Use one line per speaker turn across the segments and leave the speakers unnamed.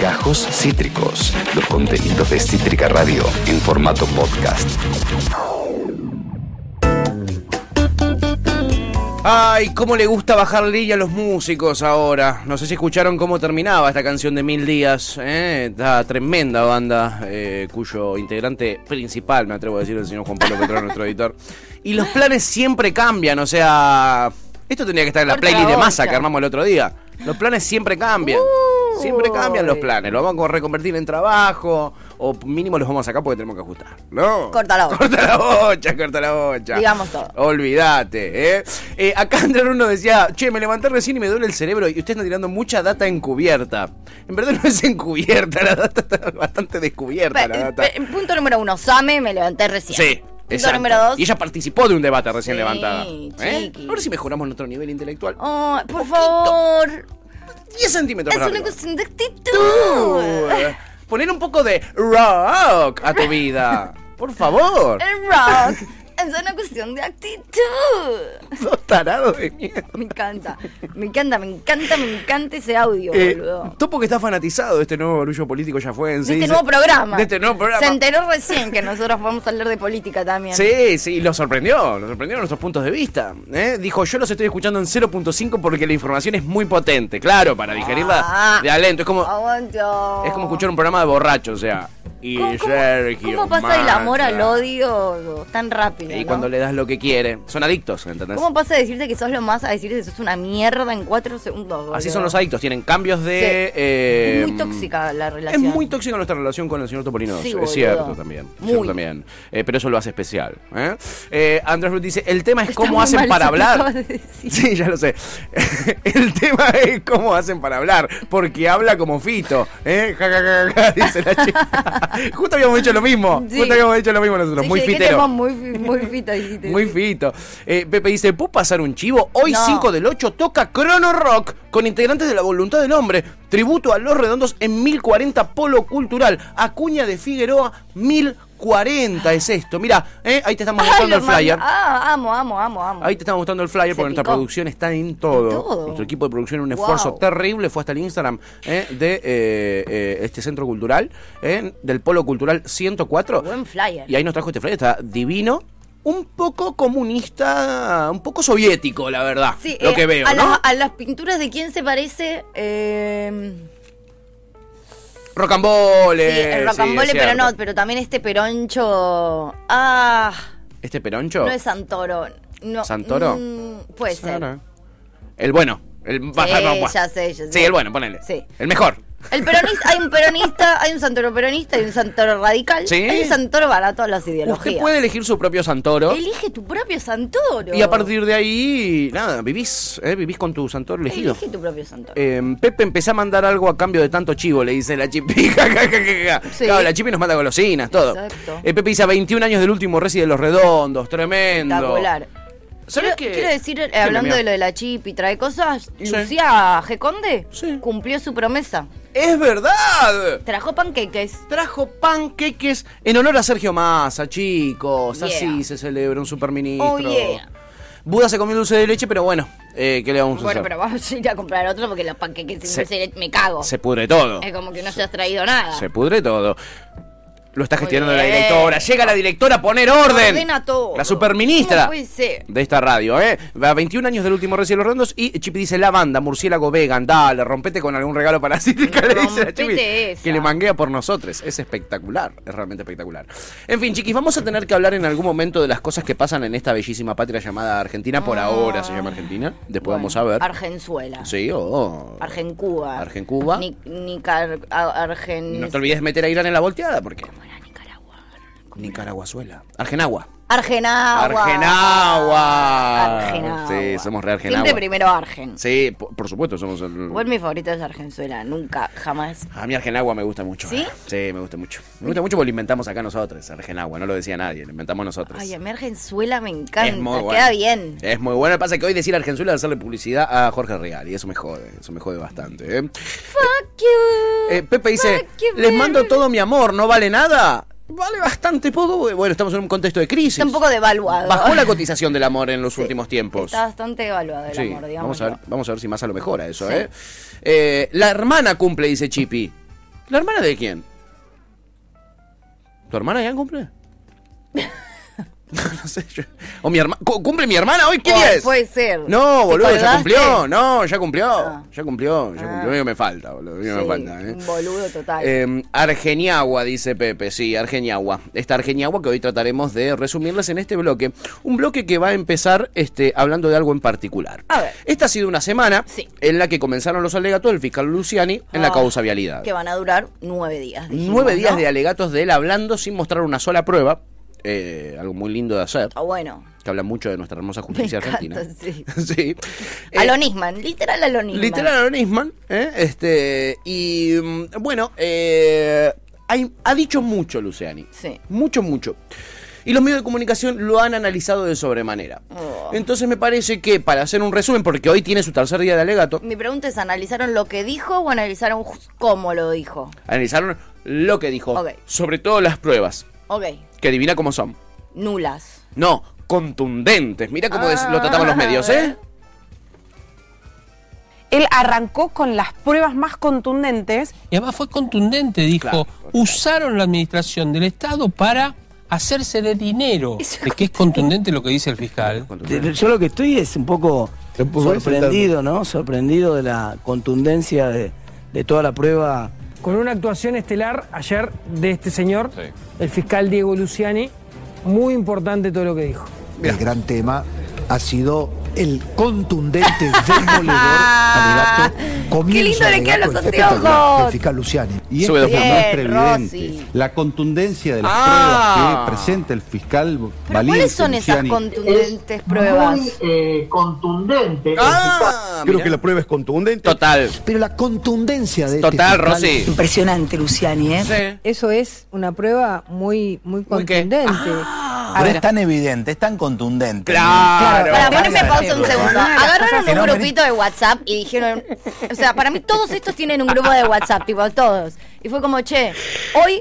Gajos Cítricos, los contenidos de Cítrica Radio en formato podcast.
Ay, cómo le gusta bajar línea a los músicos ahora. No sé si escucharon cómo terminaba esta canción de Mil Días. ¿eh? Esta tremenda banda eh, cuyo integrante principal, me atrevo a decir, el señor Juan Pablo Petrón, nuestro editor. Y los planes siempre cambian, o sea... Esto tenía que estar en la
Corta la
playlist de
bocha. Uh.
masa que armamos el otro día. Los planes siempre cambian. Siempre cambian los planes. Los vamos a reconvertir en trabajo o mínimo los vamos a sacar porque tenemos que ajustar. ¿No?
Corta la bocha.
Corta la bocha, corta la bocha.
Digamos todo.
Olvídate, ¿eh? Eh, acá Andrés uno decía, che, me levanté recién y me duele el cerebro y usted está tirando mucha data encubierta. En verdad no es encubierta, la data está bastante descubierta, la
Pe- eh,
data.
pe- punto número uno, Same, me levanté recién.
Sí.
Punto
Exacto.
número dos.
Y ella participó de un debate recién
Sí,
levantada. ¿eh?
chiqui.
A ver si mejoramos nuestro nivel intelectual.
Oh, por favor.
10 centímetros
Es
para
una
arriba.
cuestión de
Tú. eh.
actitud.
Poner un poco de rock a tu vida. Por favor.
El rock es una cuestión de actitud.
Dos tarados de mierda.
Me encanta, me encanta, me encanta, me encanta ese audio,
Eh,
boludo.
Topo que está fanatizado de este nuevo orgullo político ya fue en
De este nuevo programa.
De este nuevo programa.
Se enteró recién que nosotros vamos a hablar de política también.
Sí, sí, lo sorprendió, lo sorprendió nuestros puntos de vista. ¿eh? Dijo, yo los estoy escuchando en 0.5 porque la información es muy potente, claro, para digerirla
Ah.
de alento. Es como,
Aguanto.
es como escuchar un programa de borrachos, o sea. Y
¿Cómo, cómo-
Sergio
cómo pasa del amor al
Massa.
odio tan rápido?
Y
¿no?
cuando le das lo que quiere, son adictos, ¿entendés?
¿Cómo pasa a decirte que sos lo más a decirte que sos una mierda en cuatro segundos? boludo?
Así son los adictos, tienen cambios de...
Sí.
eh,
Es muy tóxica la
Es
relación.
muy tóxica nuestra relación con el señor Topolino.
Sí,
es
boludo.
cierto también.
Muy.
cierto también. Eh, pero eso lo hace especial. ¿eh? Eh, Andrés Ruiz dice, el tema es
Está
cómo
muy
hacen
mal
para
eso que
hablar.
acabas de decir.
Sí, ya lo sé. el tema es cómo hacen para hablar, porque habla como Fito. ¿eh? Ja, ja, ja, ja, ja, dice la chica. Justo habíamos dicho lo mismo.
Sí.
Justo habíamos dicho lo mismo nosotros.
Sí,
muy
sí, qué
fitero.
tema Muy, fi- muy fita, dijiste.
Muy fito. Eh, Pepe dice, ¿puedo pasar un chivo? Hoy
No.
5 del 8 toca Crono Rock con integrantes de La Voluntad del Hombre. Tributo a Los Redondos en 1040 Polo Cultural. Acuña de Figueroa 1040 es esto. Mira, eh, ahí te estamos
Ay,
mostrando
lo
el flyer.
mando. Ah, amo, amo, amo, amo.
Ahí te estamos mostrando el flyer
Se
porque nuestra
picó.
producción está en todo.
En todo.
Nuestro equipo de producción en un
Wow.
esfuerzo terrible fue hasta el Instagram eh, de eh, eh, este centro cultural, eh, del Polo Cultural 104.
Buen flyer.
Y ahí nos trajo este flyer, está divino. Un poco comunista, un poco soviético, la verdad.
Sí,
lo
eh,
que veo,
a,
¿no?
las, a las pinturas de quién se parece. Eh,
Rocambole.
sí, el
Eh, sí,
rocambole,
es
pero
cierto.
no, pero también este peroncho. Ah,
¿Este peroncho?
no es Santoro. No,
¿Santoro?
mm, puede ser.
El bueno. El
ya sé, ya sé.
Sí, el bueno, ponele.
Sí.
El mejor.
El peronista, hay un peronista, hay un santoro peronista, hay un santoro radical,
Sí.
hay un santoro para todas las
Usted
ideologías.
puede elegir su propio Santoro.
Elige tu propio santoro.
Y a partir de ahí, nada, vivís, eh, vivís con tu santor elegido.
Elige tu propio santoro.
Eh, Pepe, empecé a mandar algo a cambio de tanto chivo, le dice la chipi. Ja, ja, ja, ja, ja.
Sí.
Claro, la chipi nos manda golosinas, todo.
Exacto.
Eh, Pepe dice 21 años del último Resi de los Redondos, tremendo.
Espectacular.
¿Sabés
Quiero,
qué?
quiero decir, eh,
Dime,
hablando
mía.
de lo de la chip y trae cosas,
Sí.
Lucía G. Conde
Sí.
cumplió su promesa.
¡Es verdad!
Trajo panqueques.
Trajo panqueques en honor a Sergio Massa, chicos.
Yeah.
Así se celebra un superministro.
Oh, yeah.
Buda se comió dulce de leche, pero bueno, eh, ¿qué le vamos a
Bueno,
hacer?
pero vamos a ir a comprar otro porque los panqueques
Se-
se- me cago.
Se pudre todo.
es como que no se has traído nada.
Se pudre todo. Lo está
Muy
gestionando la
bien.
directora. Llega la directora a poner orden.
Ordena todo.
La superministra.
¿Cómo puede ser?
De esta radio, ¿eh? A 21 años del último Recién los Rondos. Y Chipi dice: La banda, murciélago vegan, dale, rompete con algún regalo para Cítrica", le dice la
Rompete
Chipi.
esa.
Que le manguea por nosotros. Es espectacular. Es realmente espectacular. En fin, chiquis, vamos a tener que hablar en algún momento de las cosas que pasan en esta bellísima patria llamada Argentina. Por ahora se llama Argentina. Después
Ah. Bueno,
vamos a ver.
Argenzuela.
sí, oh. o.
Argencuba.
Argencuba.
Ni, Nicar a- Argen...
No te olvides de meter a Irán en la volteada, porque.
Bueno, Nicaragua.
Nicaraguazuela. Argenagua.
Argenagua.
Argenagua.
Argenagua.
Sí, somos re Argenagua.
Siempre primero Argen.
Sí, po- por, supuesto, somos el.
Igual mi favorito es Argenzuela. Nunca, jamás.
A mí Argenagua me gusta mucho. eh.
¿Sí?
Sí, me gusta mucho. Me gusta mucho porque lo inventamos acá nosotros, Argenagua. No lo decía nadie, lo inventamos nosotros.
Ay, a mí Argenzuela me encanta.
Es muy Eh, bueno.
Queda bien.
Es muy bueno. Pasa que hoy decir Argenzuela es hacerle publicidad a Jorge Real y eso me jode, eso me jode bastante. ¿eh?
Fuck you.
Eh, Pepe dice,
Fuck you,
les
baby".
mando todo mi amor, ¿no vale nada? vale bastante poco. porque, Bueno, estamos en un contexto de crisis.
Está un poco devaluado.
Bajó la cotización del amor en los
Sí.
últimos tiempos.
Está bastante devaluado el
Sí,
amor, digamos.
vamos a, ver, vamos a ver si Massa lo mejora eso,
Sí.
¿eh? Eh, La hermana cumple, dice Chipi. ¿La hermana de quién? ¿Tu hermana ya cumple? no sé, yo- ¿O mi hermana? ¿Cumple mi hermana hoy? ¿Qué día
Puede,
es?
puede ser. Pues,
No,
¿Te
boludo, ya
colgaste?
cumplió. No, ya cumplió.
Ah.
Ya cumplió, ya
Ah.
cumplió. Digo, me falta, boludo. digo,
Sí,
me falta, ¿eh?
Un boludo total.
Eh, Argeniagua, dice Pepe, sí, Argeniagua. Esta Argeniagua que hoy trataremos de resumirles en este bloque. Un bloque que va a empezar este, hablando de algo en particular.
A ver.
Esta ha sido una semana
Sí.
en la que comenzaron los alegatos del fiscal Luciani en la
Ah,
causa vialidad.
Que van a durar nueve días. dijimos,
Nueve días
¿no?
de alegatos de él hablando sin mostrar una sola prueba. Eh, algo muy lindo de hacer,
Está Ah, bueno.
que habla mucho de nuestra hermosa justicia
Me encanta,
argentina.
sí.
sí. Eh,
A lo Nisman, literal a lo Nisman.
Literal Aaron Eastman, ¿eh? Este, y mm, bueno, eh, hay- ha dicho mucho Luciani.
Sí.
Mucho, mucho. Y los medios de comunicación lo han analizado de sobremanera.
Oh.
Entonces me parece que, para hacer un resumen, porque hoy tiene su tercer día de alegato,
Mi pregunta es, ¿analizaron lo que dijo o analizaron ju- cómo lo dijo?
analizaron lo que dijo.
Ok.
Sobre todo las pruebas,
Ok,
que adivina cómo son.
nulas.
No, contundentes. Mira cómo es- lo
Ah,
trataban los medios,
a
¿eh?
ver.
Él arrancó con las pruebas más contundentes.
Y además fue contundente, dijo,
Claro.
usaron la administración del Estado para hacerse de dinero.
Eso-
De que es contundente lo que dice el fiscal.
Contundentes.
Yo lo que estoy es un poco
Te puedo
sorprendido, ¿no? Sorprendido de la contundencia de, de toda la prueba.
con una actuación estelar ayer de este señor, el fiscal Diego Luciani. Muy importante todo lo que dijo.
El gran tema ha sido el contundente demoledor alegato.
Qué lindo le quedan
alegato
los
del fiscal-
anteojos.
del fiscal Luciani.
Y
Sube
esto es
dos
una
puntos.
muestra
Bien,
evidente.
Rossi.
La contundencia de las
Ah.
pruebas que presenta el fiscal
¿Pero
Valiente
cuáles son esas
Luciani.
contundentes pruebas?
contundente.
Ah, mirá.
prueba es contundente.
Total,
Pero la contundencia de este
total,
fiscal-
Rosy.
Impresionante, Luciani, ¿eh?
Sí.
Eso es una prueba muy, muy
Muy que-
contundente.
A
Pero
ver.
es tan evidente, es tan contundente.
Claro.
Para
Claro.
ponerme pausa un segundo.
Claro.
Agarraron un
Fenómeno.
grupito de WhatsApp y dijeron, o sea, para mí todos estos tienen un grupo de WhatsApp, tipo todos. Y fue como, che, hoy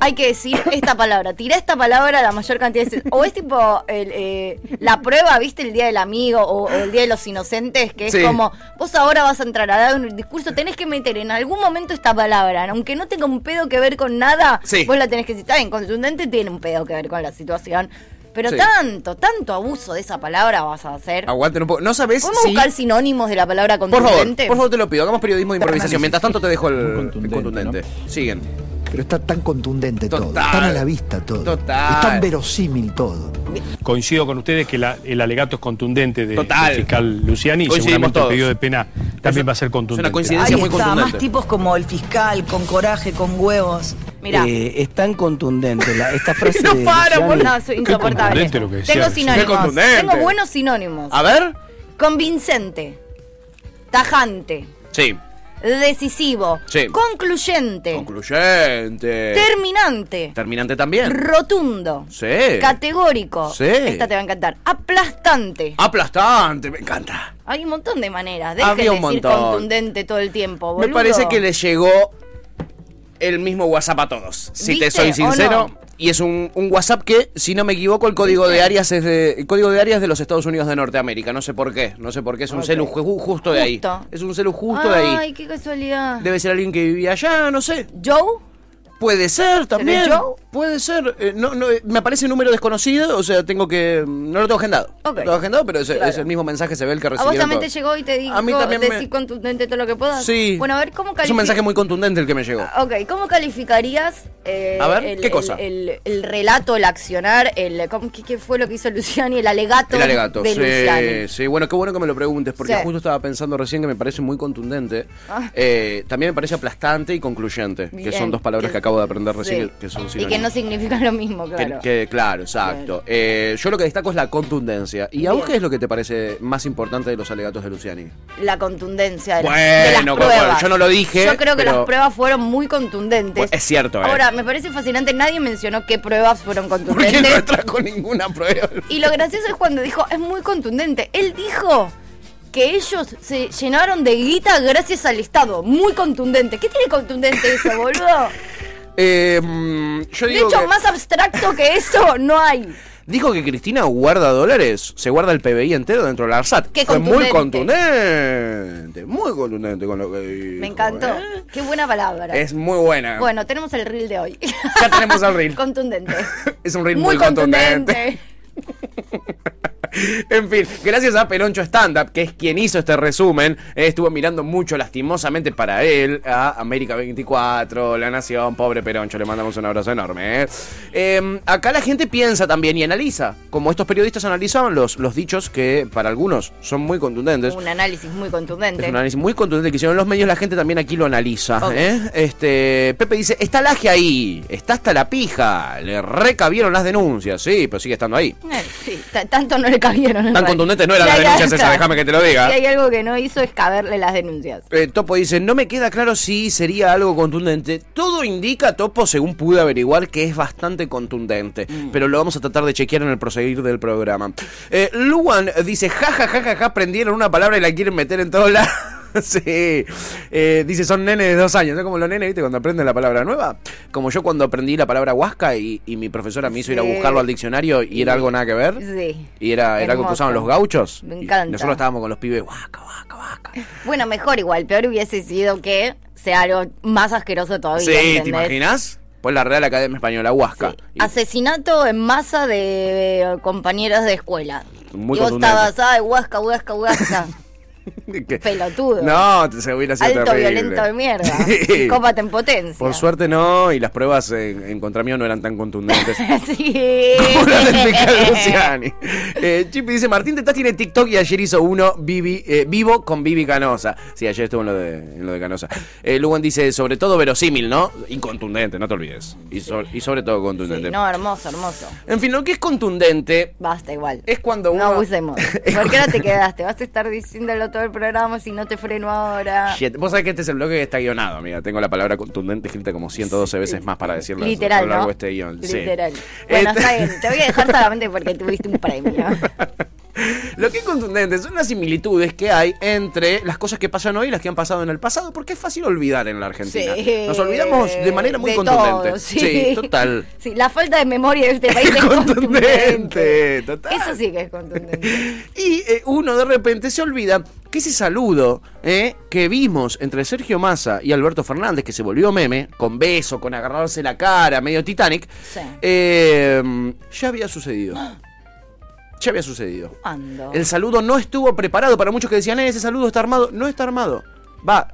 hay que decir esta palabra. Tirá esta palabra la mayor cantidad de veces. O es tipo el, eh, la prueba, viste, el día del amigo o, o el día de los inocentes, que es
Sí.
como, vos ahora vas a entrar a dar un discurso, tenés que meter en algún momento esta palabra. Aunque no tenga un pedo que ver con nada,
Sí.
vos la tenés que citar. En contundente tiene un pedo que ver con la situación. Pero
Sí.
tanto, tanto abuso de esa palabra vas a hacer.
Aguanten un poco. No sabes
¿Podemos
si.
buscar sinónimos de la palabra
Por favor,
contundente?
por favor te lo pido, hagamos periodismo de improvisación.
análisis.
Mientras tanto te dejo el el
Muy
contundente.
contundente,
Siguen.
Pero está tan contundente todo.
Total.
Tan a la vista todo.
Total.
Es tan verosímil todo.
Coincido con ustedes que la- el alegato es contundente de- del
Total.
fiscal Luciani y
Coincidimos
seguramente
todos.
el pedido de pena también
Eso-
va a ser contundente.
Es una coincidencia muy contundente.
tipos como el fiscal, con coraje, con huevos.
Mirá.
eh, es tan contundente la- esta frase
No
de
para,
Luciani.
boludo.
No, soy insoportable.
contundente lo que decía
Tengo
recién.
Qué
sinónimos.
contundente.
Tengo buenos sinónimos.
A ver.
Convincente. Tajante.
Sí.
Decisivo.
Sí.
Concluyente.
Concluyente.
terminante.
Terminante también.
Rotundo.
Sí.
Categórico.
Sí.
Esta te va a encantar. Aplastante.
Aplastante, me encanta.
Hay un montón de maneras. Dejen
Había
de
un
decir
montón.
contundente todo el tiempo, boludo.
Me parece que le llegó el mismo WhatsApp a todos. Si te
¿Viste
soy
o
sincero.
no?
Y es un, un WhatsApp que, si no me equivoco, el código de áreas es de. El código de áreas de los Estados Unidos de Norteamérica. No sé por qué. No sé por qué. Es un celu ju- justo, de ahí.
Justo.
Es un celu justo de ahí.
Ay, qué casualidad.
Debe ser alguien que vivía allá, no sé.
Joe.
Puede ser también.
yo?
Puede ser. Eh, no, no, eh, me aparece un número desconocido, o sea, tengo que. No lo tengo agendado. No
Ok.
lo tengo agendado, pero es,
Claro.
es el mismo mensaje, se ve el que
A
recibieron
vos también te
todos.
llegó y te dijo,
A mí también me-
decí contundente todo lo que puedas.
Sí.
Bueno, a ver, ¿cómo calificarías?
Es un mensaje muy contundente el que me llegó.
Ok, ¿cómo calificarías eh,
A ver, ¿qué cosa?
El, el relato, el accionar, el ¿cómo- qué, qué fue lo que hizo Luciani, el alegato,
El alegato,
de Luciani?
sí, sí. Bueno, qué bueno que me lo preguntes, porque
Sí.
justo estaba pensando recién que me parece muy contundente.
Ah.
Eh, también me parece aplastante y concluyente, que son
Bien,
dos palabras que, acabo de aprender recién,
sí.
que, que son
Y que no
sinónimos.
significan lo mismo,
Que-
claro.
que- claro, exacto. Eh, yo lo que destaco es la contundencia. ¿Y a vos
Bien.
qué es lo que te parece más importante de los alegatos de Luciani?
La contundencia de, las-
Bueno,
de las
bueno,
pruebas.
yo no lo dije,
Yo creo que
pero-
las pruebas fueron muy contundentes.
Bueno, es cierto, eh.
Ahora, me parece fascinante, nadie mencionó qué pruebas fueron
Porque
contundentes.
no trajo ninguna prueba.
Y lo gracioso es cuando dijo, es muy contundente. Él dijo que ellos se llenaron de guita gracias al Estado. Muy contundente. ¿Qué tiene contundente eso, boludo?
Eh, mm, yo
De
digo
hecho,
que-
más abstracto que eso no hay.
Dijo que Cristina guarda dólares, se guarda el PBI entero dentro del ARSAT.
Qué
Fue muy
contundente.
contundente, muy contundente con lo que dijo,
Me encantó.
¿eh?
Qué buena palabra.
Es muy buena.
Bueno, tenemos el reel de hoy.
Ya tenemos al reel.
Contundente.
Es un reel muy, contundente. En fin, gracias a Peroncho Stand Up, que es quien hizo este resumen, eh, estuvo mirando mucho lastimosamente para él a América 24, La Nación, pobre Peroncho, le mandamos un abrazo enorme. eh. Eh, acá la gente piensa también y analiza, como estos periodistas analizaban los, los dichos que para algunos son muy contundentes.
Un análisis muy contundente.
Es un análisis muy contundente que hicieron los medios, la gente también aquí lo analiza.
Ok.
¿eh? Este, Pepe dice, está el aje ahí, está hasta la pija, le recabieron las denuncias, sí, pero sigue estando ahí.
Eh, Sí, t- tanto no le cabieron. en
Tan
realidad.
contundente no eran
Si
las
hay
denuncias
algo-
esas, déjame que te lo diga.
Si hay algo que no hizo es caberle las denuncias.
Eh, Topo dice, no me queda claro si sería algo contundente. Todo indica, Topo, según pude averiguar, que es bastante contundente.
Mm.
Pero lo vamos a tratar de chequear en el proseguir del programa. Eh, Luan dice, ja, ja, ja, ja, ja, prendieron una palabra y la quieren meter en todos lados. Sí, Eh, dice, son nenes de dos años, ¿no? Como los nenes, ¿viste? Cuando aprenden la palabra nueva. Como yo cuando aprendí la palabra huasca y, y mi profesora me hizo ir a
Sí.
buscarlo al diccionario y era algo nada que ver.
Sí.
Y era, era algo que
Hermoso.
usaban los gauchos.
Me
Y
encanta.
Nosotros estábamos con los pibes, "Guau,
Bueno, mejor igual. Peor hubiese sido que sea algo más asqueroso todavía.
Sí, ¿te
¿entendés?
imaginas? Pues la Real Academia Española, Huasca.
Asesinato en masa de compañeros de escuela.
Muy
y vos
contundente.
estabas, ay, huasca, huasca, huasca.
¿Qué?
Pelotudo.
No, te- se hubiera sido
Alto
terrible.
violento de mierda.
Sí.
Psicópata en potencia.
Por suerte no, y las pruebas en, en contra mío no eran tan contundentes.
Sí.
Como las del fiscal Luciani. Eh, Chippy dice, Martín Tetaz tiene TikTok y ayer hizo uno Vivi- eh, vivo con Vivi Canosa. Sí, ayer estuvo en lo de, en lo de Canosa. Eh, Lugan dice, sobre todo verosímil, ¿no? Y contundente, no te olvides. Y, so- y sobre todo contundente.
No, hermoso, hermoso.
En fin, lo que es contundente...
Basta igual.
Es cuando
uno... No abusemos. ¿Por qué no te quedaste? Vas a estar diciéndolo todo el programa si no te freno ahora.
Shit. Vos sabés que este es el bloque que está guionado, amiga. Tengo la palabra contundente escrita como 112 veces más para decirlo a
Literal,
lo largo
¿no?
de este guión. Sí.
Literal. Bueno,
Este-
está bien. Te voy a dejar solamente porque tuviste un premio.
Lo que es contundente son las similitudes que hay entre las cosas que pasan hoy y las que han pasado en el pasado, porque es fácil olvidar en la Argentina.
Sí.
Nos olvidamos de manera muy
De
contundente.
todo, sí.
total.
Sí, la falta de memoria de este país es contundente.
Contundente, total.
Eso sí que es contundente.
Y eh, uno de repente se olvida que ese saludo eh, que vimos entre Sergio Massa y Alberto Fernández, que se volvió meme, con beso, con agarrarse la cara, medio Titanic,
Sí.
eh, ya había sucedido. Ya había sucedido.
Ando.
El saludo no estuvo preparado. Para muchos que decían, "Eh, ese saludo está armado. No está armado. Va.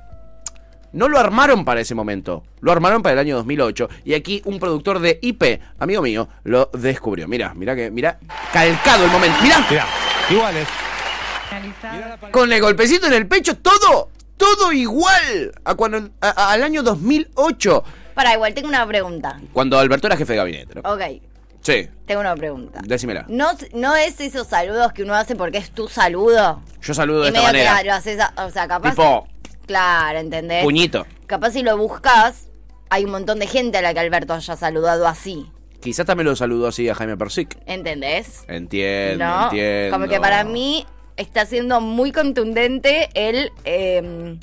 No lo armaron para ese momento. Lo armaron para el año 2008. Y aquí un productor de IP, amigo mío, lo descubrió. Mira, mira que, mira, calcado el momento. Mira, mira, iguales. Con el golpecito en el pecho, todo, todo igual a cuando a- a- al año 2008,
Para, igual tengo una pregunta.
cuando Alberto era jefe de gabinete. ¿no?
Ok, Mm.
Sí,
tengo una pregunta.
decímela.
¿No, ¿No es esos saludos que uno hace porque es tu saludo?
Yo saludo de
y
esta
medio ¿eh?
manera.
que lo haces, a- o sea, capaz...
Tipo,
Claro, ¿entendés?
puñito.
Capaz si lo buscas, hay un montón de gente a la que Alberto haya saludado así,
Quizás también lo saludó así a Jaime Persic.
¿entendés?
Entiendo,
¿No?
entiendo.
Como que para mí está siendo muy contundente el... eh,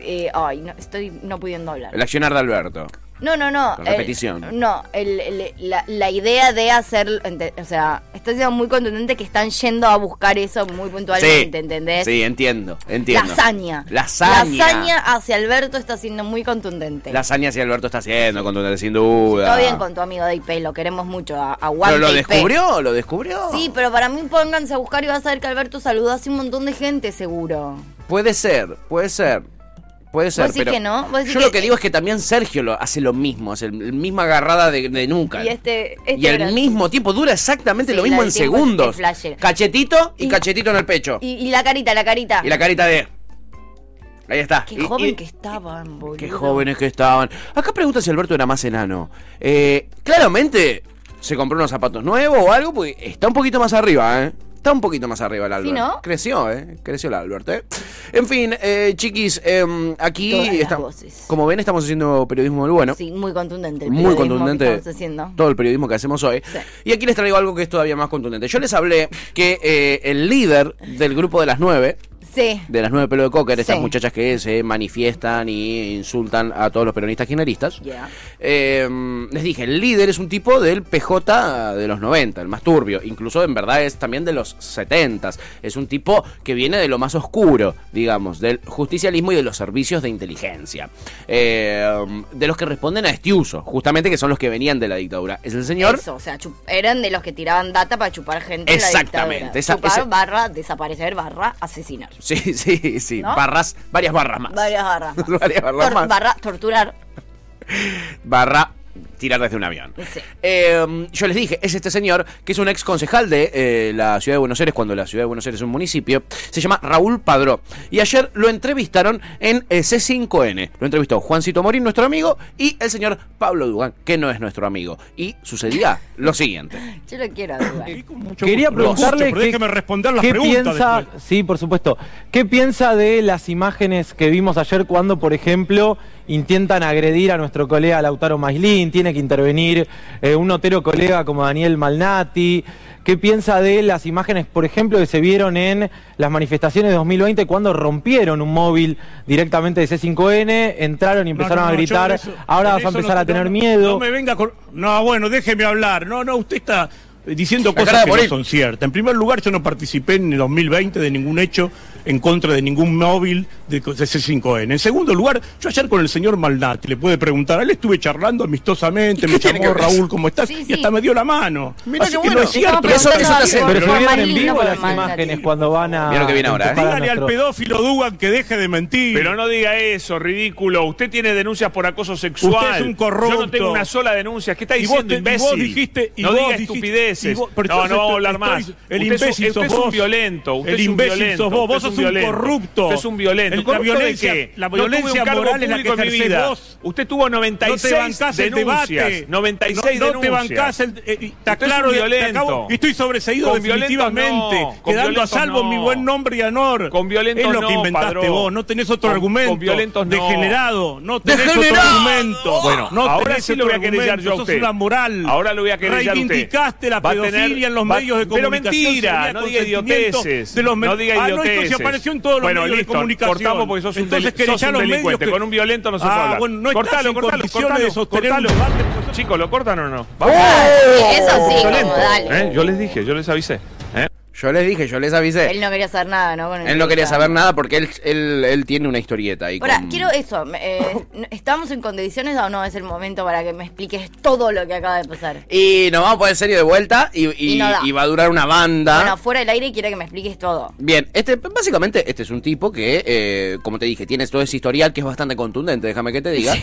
eh, ay, no, estoy no pudiendo hablar.
El accionar de Alberto.
No, no, no.
Con
el-
repetición.
no, el- el- la, la idea de hacer, ente- o sea, está siendo muy contundente que están yendo a buscar eso muy puntualmente, ¿entendés?
Sí, entiendo, entiendo.
La hazaña.
La hazaña.
La hazaña hacia Alberto está siendo muy contundente.
La hazaña sí Alberto está haciendo, contundente, sin duda.
Todo bien con tu amigo de IP, lo queremos mucho. a- Aguante
Ah. Pero lo
IP.
descubrió, lo descubrió.
Sí, pero para mí pónganse a buscar y vas a ver que Alberto saludó así un montón de gente, seguro.
Puede ser, puede ser. Puede ser,
decís
pero
que no? ¿Vos decís
yo
que-
lo que digo es que también Sergio lo hace lo mismo, hace la misma agarrada de, de nunca.
Y este. este
Y
era-
al mismo tiempo dura exactamente
Sí,
lo mismo
la del
en
tiempo es-
segundos.
es flasher.
Cachetito y, cachetito en el pecho. Y,
Y, y la carita, la carita.
la carita de. Ahí está.
Qué
Y-
joven
y-
que estaban, boludo.
Qué jóvenes que estaban. Acá pregunta si Alberto era más enano. Eh, claramente se compró unos zapatos nuevos o algo, porque está un poquito más arriba, ¿eh? Está un poquito más arriba el Alberto.
¿no?
Creció, ¿eh? Creció el Alberto, ¿eh? En fin, eh, chiquis, em, aquí
Todas las
estamos- Como ven, estamos haciendo periodismo muy bueno.
Sí, muy contundente. El
Muy
periodismo que
contundente.
estamos haciendo.
Todo el periodismo que hacemos hoy. Y aquí les traigo algo que es todavía más contundente. Yo les hablé que eh, el líder del grupo de las nueve,
Sí.
de las nueve pelo de coca, de estas
Sí.
muchachas que se manifiestan y insultan a todos los peronistas kirchneristas. Eh, les dije, el líder es un tipo del PJ de los 90, el más turbio. Incluso en verdad es también de los 70. Es un tipo que viene de lo más oscuro, digamos, del justicialismo y de los servicios de inteligencia. Eh, de los que responden a Estiuso, justamente que son los que venían de la dictadura. Es el señor...
Eso, o sea, chu- eran de los que tiraban data para chupar gente. en la
Exactamente,
dictadura.
esa-
Chupar
esa-
barra, desaparecer barra, asesinar.
Sí, sí, sí.
¿No?
Barras, varias barras más.
Varias barras. más.
varias barras
Tor-
más.
barra, torturar.
barra tirar desde un avión.
Sí.
Eh, yo les dije, es este señor que es un ex concejal de eh, la ciudad de Buenos Aires, cuando la ciudad de Buenos Aires es un municipio, se llama Raúl Padró. Y ayer lo entrevistaron en eh, C5N. Lo entrevistó Juancito Morín, nuestro amigo, y el señor Pablo Dugan, que no es nuestro amigo. Y sucedía lo siguiente.
Yo lo quiero averiguar.
Quería
gusto.
preguntarle
Pero
qué-
déjeme responder las
qué
preguntas
piensa,
después.
sí, por supuesto. ¿Qué piensa de las imágenes que vimos ayer cuando, por ejemplo, intentan agredir a nuestro colega Lautaro Maislin, tiene que intervenir eh, un notero colega como Daniel Malnati? ¿Qué piensa de las imágenes, por ejemplo, que se vieron en las manifestaciones de 2020 cuando rompieron un móvil directamente de C5N, entraron y empezaron
No, no,
a
no, yo
gritar,
con eso-
ahora
con
vas a
eso
empezar
no-
a tener
no-
miedo?
No me venga con. No, bueno, déjeme hablar. No, no, usted está eh, diciendo
Acá
cosas
de
que
morir.
no son ciertas. En primer lugar, yo no participé en el 2020 de ningún hecho en contra de ningún móvil de, de C5N. En segundo lugar, yo ayer con el señor Malnati le puede preguntar, a él estuve charlando amistosamente, me
tiene
llamó
que ver eso?
Raúl, ¿cómo estás?
Sí,
Y
sí.
hasta me dio la mano.
Mirá
Así
qué
que
bueno.
no es cierto.
Estaba
eso no es
preguntando
cierto.
Pero
no es
subieron en
válido
vivo
para
las
Malnati.
imágenes cuando van a.
Mira lo que viene ahora, ¿eh?
para
Dígale al
nuestro-
pedófilo Dugan que deje de mentir.
Pero no diga eso, ridículo. Usted tiene denuncias por acoso sexual.
Usted es un corrupto.
Yo no tengo una sola denuncia. ¿Qué está
Y vos
diciendo,
te- y
imbécil?
vos dijiste- y
no
vos
diga
dijiste- y
estupideces.
vos- pero
no,
entonces
no vamos a hablar
estoy-
más.
el
Usted es un-
imbécil
usted
sos
es un
vos.
violento. Usted
El
es un
imbécil
violento.
sos vos. Vos
Usted es
sos un
violento.
corrupto.
Usted es un violento.
El- la
¿Corrupto de
violencia-
qué?
la
No tuve un
violencia
cargo
moral es la
público en
que
mi
ejercés
vida.
vos.
Usted tuvo
no
96
te bancás el
denuncias.
debate.
96
no, no
denuncias.
te bancás el. eh,
Usted
está
es
claro,
un
te
violento.
acabo- y estoy sobreseído
Con violentos
definitivamente.
no, con
quedando a
violentos
salvo
no.
mi buen nombre y honor. Con
violentos
Es lo que
no,
inventaste
Padró.
vos. No tenés otro
Con-
argumento.
con violentos no.
Degenerado. No tenés
¡Degenerado!
otro argumento.
Bueno,
no
ahora
tenés
sí lo voy a
otro
querellar
argumento.
yo a
Sos
usted.
una moral.
Ahora lo voy a querellar a usted.
Reivindicaste la
Va a tener-
pedofilia en los
va-
medios de
pero
comunicación.
mentira,
sería
no diga
consentimiento
idioteces.
De los me-
No diga
Ah, no, esto
idioteces.
se apareció en todos los
Bueno,
medios
listo,
de comunicación.
cortamos porque sos un
Entonces
deli- sos
querellá
un
a los medios
delincuente.
que-
Con un violento no se
ah,
puede hablar.
Bueno, no estás
cortalo,
en
cortalo,
condiciones
cortalo,
de sostenerlo.
cortalo. Chicos, ¿lo cortan o no?
Oh,
Eso sí, como
Violento,
dale.
¿eh? Yo les dije, yo les avisé. ¿eh?
Yo les dije, yo les avisé.
Él no quería hacer nada, ¿no? Con el
Él no quería
Dugan.
saber nada porque él, él, él tiene una historieta ahí.
Ahora,
con-
quiero eso. me- eh, ¿Estamos en condiciones o no es el momento para que me expliques todo lo que acaba de pasar?
Y nos vamos a poner serio de vuelta y, y-
Y no da.
y va a durar una banda.
Bueno, fuera del aire quiero que me expliques todo.
Bien, este, básicamente este es un tipo que, eh, como te dije, tiene todo ese historial que es bastante contundente, déjame que te diga.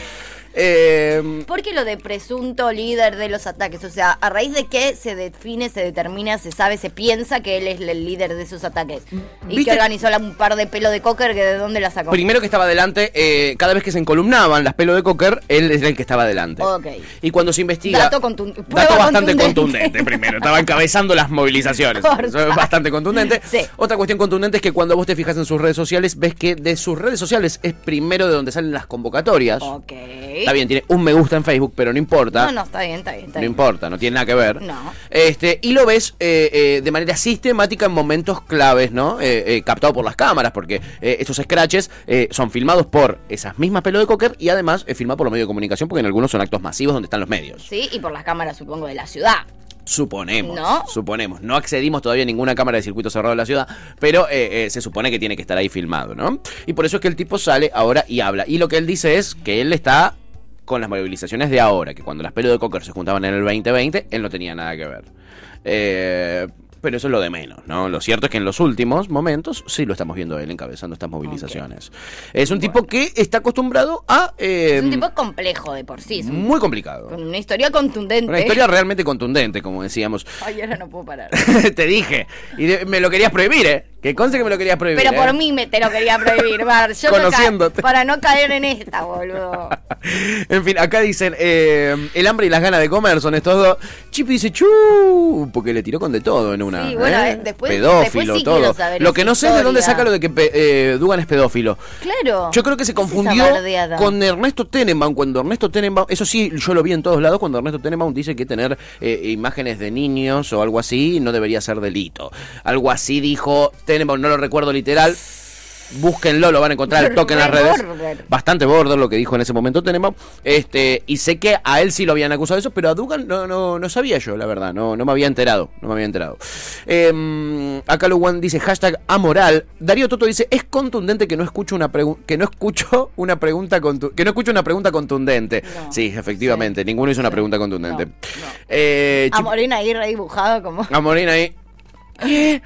Eh,
¿Por qué lo de presunto líder de los ataques? O sea, ¿a raíz de qué se define, se determina, se sabe, se piensa que él es el líder de esos ataques? Y que
¿Viste?
organizó la- un par de pelo de cocker que de dónde la sacó.
primero que estaba adelante, eh, cada vez que se encolumnaban las pelos de cocker, él era el que estaba adelante.
Ok.
Y cuando se investiga...
Dato, contun- prueba
Dato bastante
contundente.
contundente. primero. Estaba encabezando las movilizaciones.
Corta.
Eso es bastante contundente. Otra cuestión contundente es que cuando vos te fijas en sus redes sociales, ves que de sus redes sociales es primero de donde salen las convocatorias. Está bien, tiene un me gusta en Facebook, pero no importa.
No, no, está bien, está bien, está
No
bien.
importa, no tiene nada que ver.
No.
Este, y lo ves eh, eh, de manera sistemática en momentos claves, ¿no? Eh, eh, captado por las cámaras, porque eh, estos scratches eh, son filmados por esas mismas pelos de cocker y además es filmado por los medios de comunicación, porque en algunos son actos masivos donde están los medios.
Sí, y por las cámaras, supongo, de la ciudad.
Suponemos.
¿No?
Suponemos. No accedimos todavía a ninguna cámara de circuito cerrado de la ciudad, pero eh, eh, se supone que tiene que estar ahí filmado, ¿no? Y por eso es que el tipo sale ahora y habla. Y lo que él dice es que él está con las movilizaciones de ahora, que cuando las pelos de Cocker se juntaban en el 2020, él no tenía nada que ver. Eh, pero eso es lo de menos, ¿no? Lo cierto es que en los últimos momentos sí lo estamos viendo a él encabezando estas movilizaciones. Es un tipo que está acostumbrado a... eh,
Es un tipo complejo de por sí. es un-
muy complicado.
Con una historia contundente.
Una historia realmente contundente, como decíamos.
Ay, ahora no puedo parar.
te dije. Y de- me lo querías prohibir, ¿eh? Que conste que me lo querías prohibir.
Pero
¿eh?
por mí me te lo quería prohibir, Bar. Yo no ca-
Conociéndote.
para no caer en esta, boludo.
En fin, acá dicen, eh, el hambre y las ganas de comer son estos dos. Chipi dice, chu, porque le tiró con de todo en una.
Sí, bueno,
¿eh?
eh, después-
pedófilo,
después sí quiero
todo.
saber
Lo
esa
que no sé es de dónde
historia.
saca lo de que pe- eh, Dugan es pedófilo.
Claro.
Yo creo que se
¿Qué es esa
confundió
bardeada?
con Ernesto Tenenbaum. Cuando Ernesto Tenenbaum, eso sí, yo lo vi en todos lados. Cuando Ernesto Tenenbaum dice que tener eh, imágenes de niños o algo así no debería ser delito. Algo así dijo Tenenbaum, no lo recuerdo literal. Búsquenlo, lo van a encontrar al toque en las
Re
redes.
border.
Bastante border lo que dijo en ese momento Tenemos. Este, y sé que a él sí lo habían acusado de eso, pero a Dugan no, no, no sabía yo, la verdad. No, no me había enterado. No me había enterado. Eh, acá Luwan dice hashtag amoral. Darío Toto dice, es contundente que no escucho una pregu- que no escucho una pregunta contu- que no escucho una pregunta contundente. sí, efectivamente, ninguno hizo una pregunta contundente. Eh,
A
Chip-
Morena ahí redibujado como.
Amorín ahí.
¿Qué?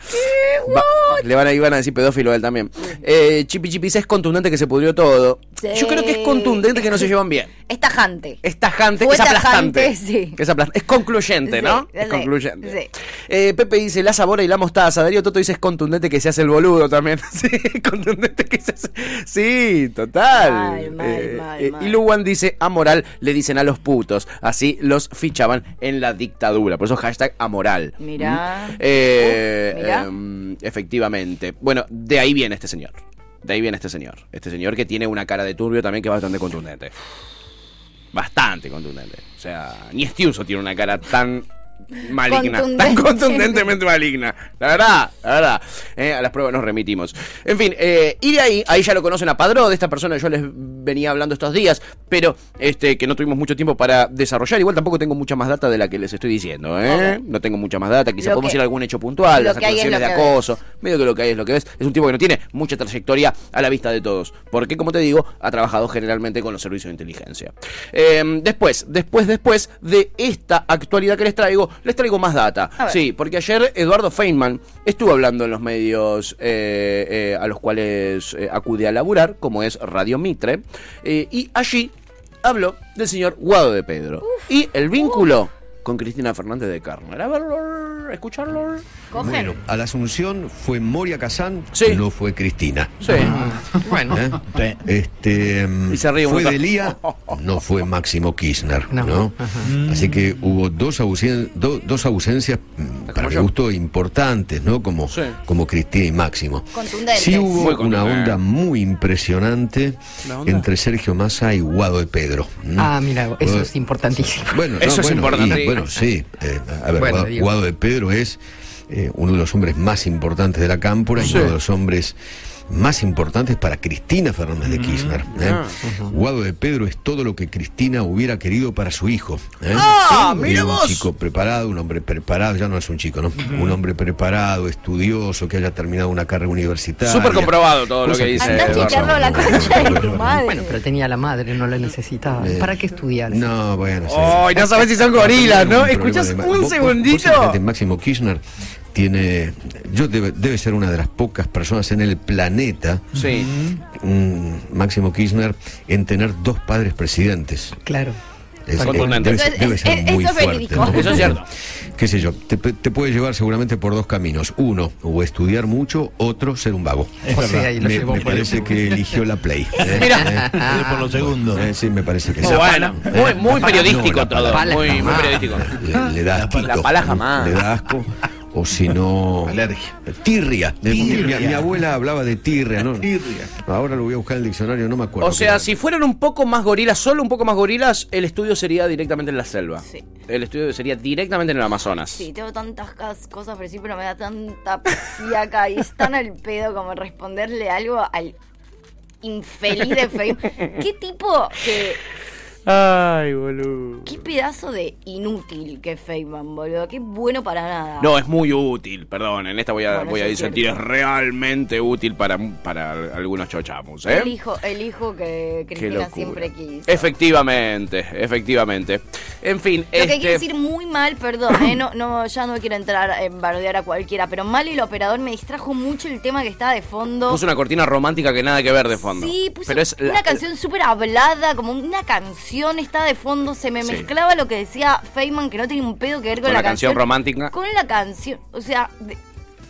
Va- le van a, iban a decir pedófilo a él también. Eh, Chipi Chipi dice, es contundente que se pudrió todo.
Sí.
Yo creo que es contundente que no se llevan bien.
Es tajante.
Es tajante,
Fue
que es aplastante.
tajante, sí.
Que es, aplast- es concluyente,
Sí,
¿no?
sí,
Es concluyente.
sí.
Eh, Pepe dice, la sabora y la mostaza. Darío Toto dice, es contundente que se hace el boludo también. sí, contundente que se hace... Sí, total. Eh, eh, Y Luwan dice, amoral le dicen a los putos. Así los fichaban en la dictadura. Por eso hashtag amoral.
Mirá.
Eh,
Uf, mirá.
em, efectivamente. Bueno, de ahí viene este señor. De ahí viene este señor. Este señor que tiene una cara de turbio también que es bastante contundente. Bastante contundente. O sea, ni Estiuso tiene una cara tan maligna. Tan
Contundente.
contundentemente maligna. La verdad, la verdad. Eh, a las pruebas nos remitimos. En fin, eh, y de ahí, ahí ya lo conocen a Padró, de esta persona yo les venía hablando estos días, pero este que no tuvimos mucho tiempo para desarrollar. Igual tampoco tengo mucha más data de la que les estoy diciendo, ¿eh? No tengo mucha más data. Quizá
Lo
podemos
que-
ir a algún hecho puntual,
lo
las
que hay es
acusaciones
lo
de
que ves.
acoso. Medio que lo que hay es lo que ves. Es un tipo que no tiene mucha trayectoria a la vista de todos. Porque, como te digo, ha trabajado generalmente con los servicios de inteligencia. Eh, después, después, después de esta actualidad que les traigo, les traigo más data.
A ver.
Sí, porque ayer Eduardo Feynman estuvo hablando en los medios eh, eh, a los cuales eh, acude a laburar, como es Radio Mitre, eh, y allí habló del señor Guado de Pedro y el vínculo con Cristina Fernández de Carmen. A verlo, escucharlo.
Bueno, a la Asunción fue Moria Kazán, no fue Cristina. Ah.
Sí. Bueno.
¿Eh? Este, mm, fue
mucho.
Delía, no fue Máximo Kirchner. No. Así que hubo dos, ausen- do- dos ausencias, mm, para mi gusto, importantes, ¿no? Como, como Cristina y Máximo.
Contundente.
Sí hubo
Muy
una
contundente.
onda muy impresionante
¿La onda?
entre Sergio Massa y Guado de Pedro. ¿no?
Ah, mira, eso
Eh,
es importantísimo.
Bueno, no,
Eso es
bueno,
importante.
y, bueno, sí. eh, a ver,
Bueno,
Guado,
digo.
Guado de Pedro es eh, uno de los hombres más importantes de la cámpora y uno de los hombres más importantes para Cristina Fernández de Kirchner. ¿eh?
Ah,
Guado de Pedro es todo lo que Cristina hubiera querido para su hijo. ¿eh?
¡Ah,
Sí,
mira
un
vos!
chico preparado, un hombre preparado, ya no es un chico, ¿no? Un hombre preparado, estudioso, que haya terminado una carrera universitaria.
Ah, Súper comprobado todo lo
Cosa
que dice.
Eduardo.
concha de tu madre. Bueno, pero tenía la madre, no la necesitaba.
Eh,
¿Para qué estudiar?
No, bueno. sí.
Ay, no sabés si son gorilas, ¿no?
Un problema
¿Escuchás
de ma-
un
vos- vos- vos
segundito?
fíjate, Máximo Kirchner tiene. Yo debe, debe ser una de las pocas personas en el planeta.
Sí.
mm, Máximo Kirchner en tener dos padres presidentes.
Claro.
Es- eh,
Contundente.
debe, ser-
Eso es-
debe ser
es-
muy
eso es
fuerte,
verídico.
¿no?
Eso es cierto.
Qué sé yo, te, te puede llevar seguramente por dos caminos. Uno, o estudiar mucho, otro, ser un vago.
Es O sea, verdad. y lo
me,
llevó
me
por
parece
eso.
que eligió la Play.
Mira.
por lo segundo. sí, me parece que
Bueno,
sí.
muy-
Eh,
muy
la
periodístico
la
todo,
pala
muy- muy
jamás.
periodístico.
Le, le da asquito,
la pala jamás.
Le da asco. O si no. Alergia. Tirria. De-
Tirria.
Mi, mi abuela hablaba de tirria, ¿no? Tirria. Ahora lo voy a buscar en el diccionario, no me acuerdo.
O sea, si fueran un poco más gorilas, solo un poco más gorilas, el estudio sería directamente en la selva. El estudio sería directamente en el Amazonas.
Sí, tengo tantas cas- cosas por decir, pero me da tanta acá y es tan al pedo como responderle algo al infeliz de Facebook. ¿Qué tipo que
Ay, boludo.
qué pedazo de inútil que es Feynman, boludo? Qué bueno para nada.
No, es muy útil, perdón, en esta voy a,
Bueno,
voy a
eso es
disentir, es
cierto.
realmente útil para, para algunos chochamos, ¿eh?
El hijo, el hijo que Cristina
locura.
siempre quiso.
Efectivamente, efectivamente. En fin,
Lo que
este...
hay que decir muy mal, perdón, eh, no, no, ya no quiero entrar en bardear a cualquiera, pero mal el operador me distrajo mucho el tema que estaba de fondo.
Puso una cortina romántica que nada que ver de fondo.
Sí, puso
Pero es la-
una canción súper hablada, como una canción está de fondo, se me
Sí.
mezclaba lo que decía Feynman, que no tiene un pedo que ver con,
Con la canción romántica.
Con la canción, o sea, de-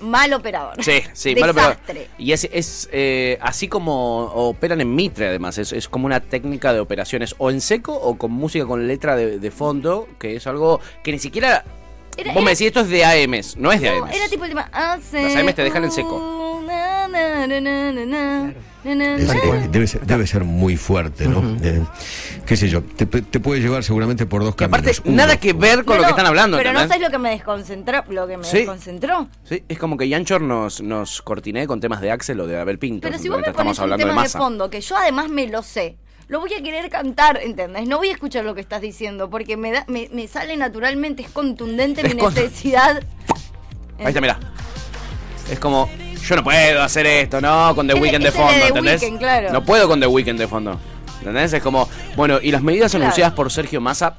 mal operador.
Sí, sí, malo, pero-
Desastre.
Y es, es, eh, así como operan en Mitre, además. Es, es como una técnica de operaciones, o en seco o con música con letra de, de fondo, que es algo que ni siquiera.
Era-
vos
era-
me decís, esto es de AMs,
Oh,
no es de AMs.
Era tipo el tema. "Ah,
Las AMs te dejan en seco.
Na, na, na, na, na, na.
Es- eh, debe, ser, debe ser muy fuerte, ¿no? Eh, qué sé yo, te, te puede llevar seguramente por dos caminos.
Aparte, nada que ver con lo
No,
que están hablando.
Pero no
¿entendés?
sabes lo que me desconcentró. Lo que me
Sí.
desconcentró.
Sí, es como que Yanchor nos, nos cortiné con temas de Axel o de Abel Pinto.
Pero si vos
mientras
me pones
estamos
un
hablando de
tema de,
masa.
fondo, que yo además me lo sé, lo voy a querer cantar, ¿entendés? No voy a escuchar lo que estás diciendo, porque me, da- me, me sale naturalmente, es contundente
Es
mi
con-
necesidad.
Ahí está, mirá. Es como, yo no puedo hacer esto, ¿no? Con The
Es-
Weeknd de
es el de
fondo,
The
¿entendés?
Weeknd, claro.
No puedo con The Weeknd de fondo. ¿Entendés? Es como, bueno, y las medidas
Claro.
anunciadas por Sergio Massa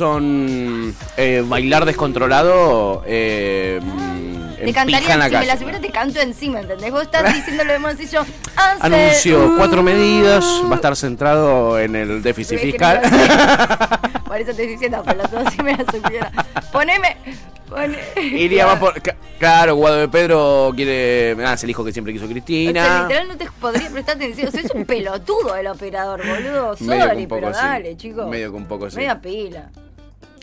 son eh, bailar descontrolado eh, mm,
Te
en pija
cantaría,
en la
si me la
calle.
supiera, te canto encima, ¿entendés? Vos estás diciendo lo demás y yo. Mm. Ansel,
Anunció
uh,
cuatro medidas, va a estar centrado en el déficit
Porque
fiscal.
Por eso te estoy diciendo, pelotudo, si me la supiera. Poneme. pone-
Iría va por. ca- Claro, Guado de Pedro quiere. Ah, es el hijo que siempre quiso
O sea,
Cristina.
literal no te podría prestar atención. O sea, es un pelotudo el operador, boludo.
Medio que
Sorry,
un poco
pero
sí.
dale, chicos.
Medio que un poco sí.
Media pila.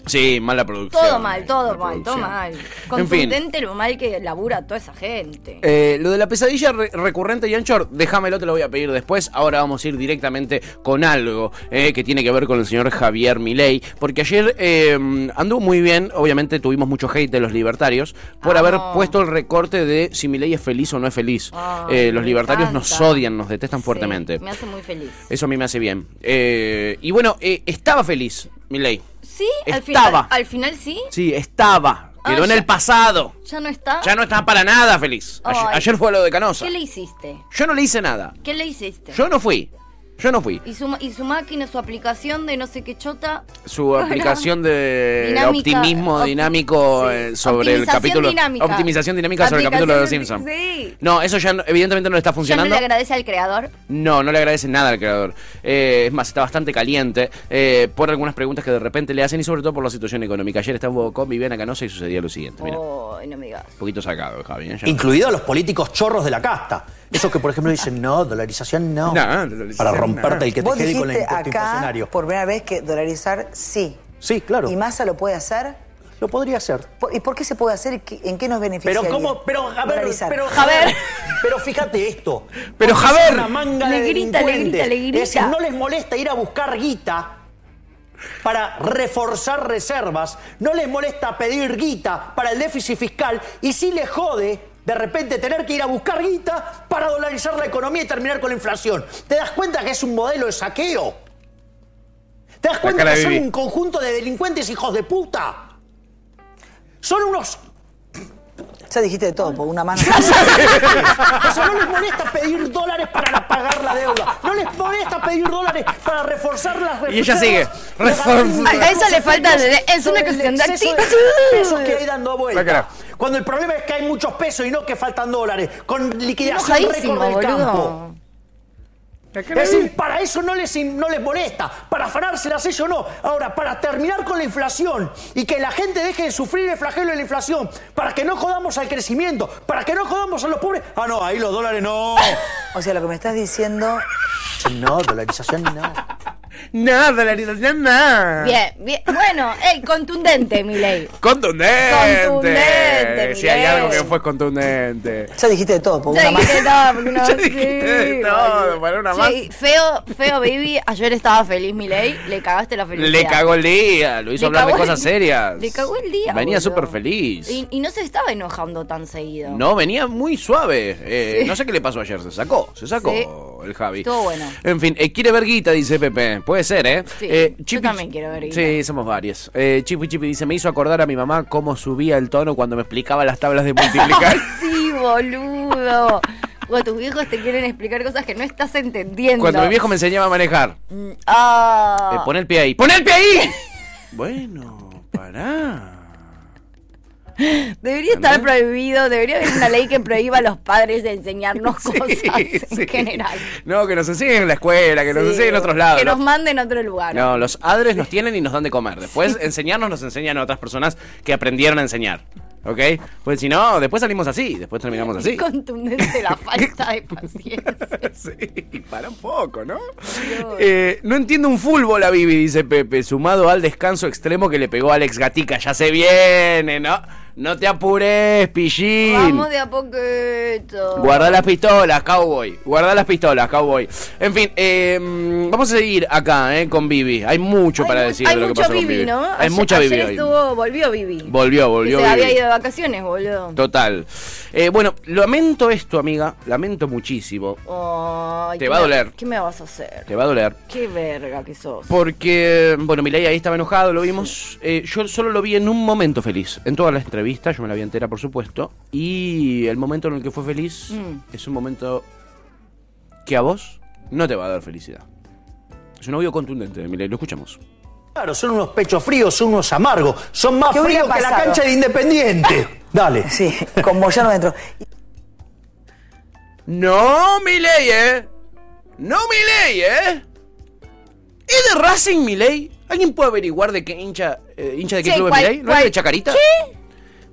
Sí, mala producción.
Todo mal, todo mal, todo
producción.
mal.
En fin.
Contundente lo mal que labura toda esa gente.
Eh, lo de la pesadilla re- recurrente, Yanchor, déjamelo, te lo voy a pedir después. Ahora vamos a ir directamente con algo eh, que tiene que ver con el señor Javier Milei. Porque ayer eh, anduvo muy bien, obviamente tuvimos mucho hate de los libertarios por
Ah.
haber puesto el recorte de si Milei es feliz o no es feliz. Eh, los libertarios nos odian, nos detestan fuertemente.
Me hace muy feliz.
Eso a mí me hace bien. Eh, y bueno, eh, estaba feliz Milei.
Sí, al
Estaba.
final. Al final sí.
Sí, estaba.
Ah,
Quedó en
ya.
el pasado.
Ya no está.
Ya no está para nada feliz. Ayer,
Ay.
ayer fue a lo de Canosa.
¿Qué le hiciste?
Yo no le hice nada.
¿Qué le hiciste?
Yo no fui. Yo no fui.
Y su, ma- y su máquina, su aplicación de no sé qué chota.
Su aplicación de
Dinámica,
optimismo dinámico eh, sobre el
Optimización
capítulo.
dinámica.
Optimización dinámica sobre el
Aplicación
capítulo de los
de-
Simpsons.
Sí.
No, eso ya no- evidentemente no le está
Ya no
funcionando.
le agradece al creador.
No, no le agradece nada al creador. Eh, es más, está bastante caliente eh, por algunas preguntas que de repente le hacen y sobre todo por la situación económica. Ayer estaba con Viviana Canosa y sucedía lo siguiente. Oh, Mira, un
Ay, no me digas.
poquito sacado, Javi. ¿eh? Ya-
Incluido a los políticos chorros de la casta. Esos que, por ejemplo, dicen, no, dolarización no. para romperte el que te
Vos
quede con el
dijiste
impuesto
acá,
inflacionario.
por primera vez, que dolarizar sí.
Sí, claro.
¿Y Massa lo puede hacer?
Lo podría hacer.
Po- ¿Y por qué se puede hacer? ¿Y qué- ¿En qué nos beneficia?
Pero cómo, pero a ver,
Dolarizar.
pero a ver, pero fíjate esto.
Pero,
Porque
Javier,
son una manga
le
de
grita, le
delincuentes.
grita, le grita.
Es decir, no les molesta ir a buscar guita para reforzar reservas, no les molesta pedir guita para el déficit fiscal y sí les jode de repente tener que ir a buscar guita para dolarizar la economía y terminar con la inflación. ¿Te das cuenta que es un modelo de saqueo? ¿Te das
La
cuenta
cara
que
de
son
Vivi.
un conjunto de delincuentes hijos de puta? Son unos
Ya dijiste de todo, por una mano.
O sea, no les molesta pedir dólares para pagar la deuda. No les molesta pedir dólares para reforzar las
Y ella
reservas.
sigue. Reform-
A ella le falta de- es una
Sobre el
cuestión de
exceso
actitud.
pesos que hay dando
La cara.
vuelta. Cuando el problema es que hay muchos pesos y no que faltan dólares. Con liquidación
Enojadísimo,
récord del
boludo.
campo. Es decir, para eso no les, no les molesta, para afanárselas ellos no. Ahora, para terminar con la inflación y que la gente deje de sufrir el flagelo de la inflación, para que no jodamos al crecimiento, para que no jodamos a los pobres. Ah, no, ahí los dólares no.
O sea, lo que me estás diciendo.
No, dolarización no.
Nada, dolarización, nada.
Bien, bien. Bueno, ey, contundente, mi ley.
Contundente.
Contundente,
Si hay
Miguel.
algo que fue contundente.
Ya dijiste de todo, por
Ya
una mano.
dijiste todo, porque no-
Ya dijiste
sí,
de todo, para una más.
Sí, feo, feo baby, ayer estaba feliz mi ley, le cagaste la felicidad.
Le cagó el día, lo hizo
Le
hablar de
cagó el-
cosas serias.
Le cagó el día.
Venía
boludo.
súper feliz.
Y, y no se estaba enojando tan seguido.
No, venía muy suave. Eh,
Sí.
No sé qué le pasó ayer, se sacó, se sacó el Javi.
Estuvo bueno.
En fin, eh, quiere ver guita, dice Pepe. Puede ser, ¿eh?
Sí,
Eh,
yo
Chipi-
también quiero ver guita.
Sí, somos varios. Eh, Chipi Chipi dice, me hizo acordar a mi mamá cómo subía el tono cuando me explicaba las tablas de multiplicar.
Sí, boludo. O tus viejos te quieren explicar cosas que no estás entendiendo. Mm,
cuando mi viejo me enseñaba a manejar.
Ah.
Eh, pon el pie ahí. ¡Pon el pie ahí! bueno, pará.
Debería estar prohibido, debería haber una ley que prohíba a los padres de enseñarnos cosas en general.
No, que nos enseñen en la escuela, que nos
Sí,
enseñen en otros lados.
Que
¿no?
nos manden a otro lugar.
No, los adres nos tienen y nos dan de comer. Después enseñarnos nos enseñan a otras personas que aprendieron a enseñar. ¿Ok? Pues si no, después salimos así, después terminamos así.
Contundente la falta de paciencia.
sí, para un poco, ¿no? Eh, no entiendo un fútbol la Bibi, dice Pepe, sumado al descanso extremo que le pegó Alex Gatica. Ya se viene, ¿no? No te apures, pillín.
Vamos de a poquito.
Guarda las pistolas, cowboy. Guarda las pistolas, cowboy. En fin, eh, mm, vamos a seguir acá eh, con Vivi. Hay mucho para decir
Hay
de lo que
mucho
pasó con
Vivi,
Vivi.
¿no?
Hay
Ayer-
mucha Vivi
ayer
hoy.
estuvo- volvió Vivi.
Volvió,
Que
volvió
se
Vivi.
había ido de vacaciones, boludo.
Total. Eh, bueno, lamento esto, amiga. Lamento muchísimo.
Ay,
Te
¿qué
va a
me-
doler.
¿Qué me vas a hacer?
Te va a doler.
Qué verga que sos.
Porque, bueno, Milei ahí estaba enojado, lo vimos. Eh, yo solo lo vi en un momento feliz. En toda la entrevista, yo me la vi entera, por supuesto. Y el momento en el que fue feliz
Mm.
es un momento que a vos no te va a dar felicidad. Es un audio contundente de Milei, lo escuchamos.
Claro, son unos pechos fríos, son unos amargos, son más
¿Qué hubiera
fríos que la
pasado?
cancha de Independiente. Dale.
Sí, con Moyano dentro.
No, Milei, ¿eh? No, Milei, ¿eh? ¿Es de Racing Milei? ¿Alguien puede averiguar de qué hincha, eh, hincha de qué
Che,
club es
cual-
Milei? ¿No es
cual-
de Chacarita?
¿Qué?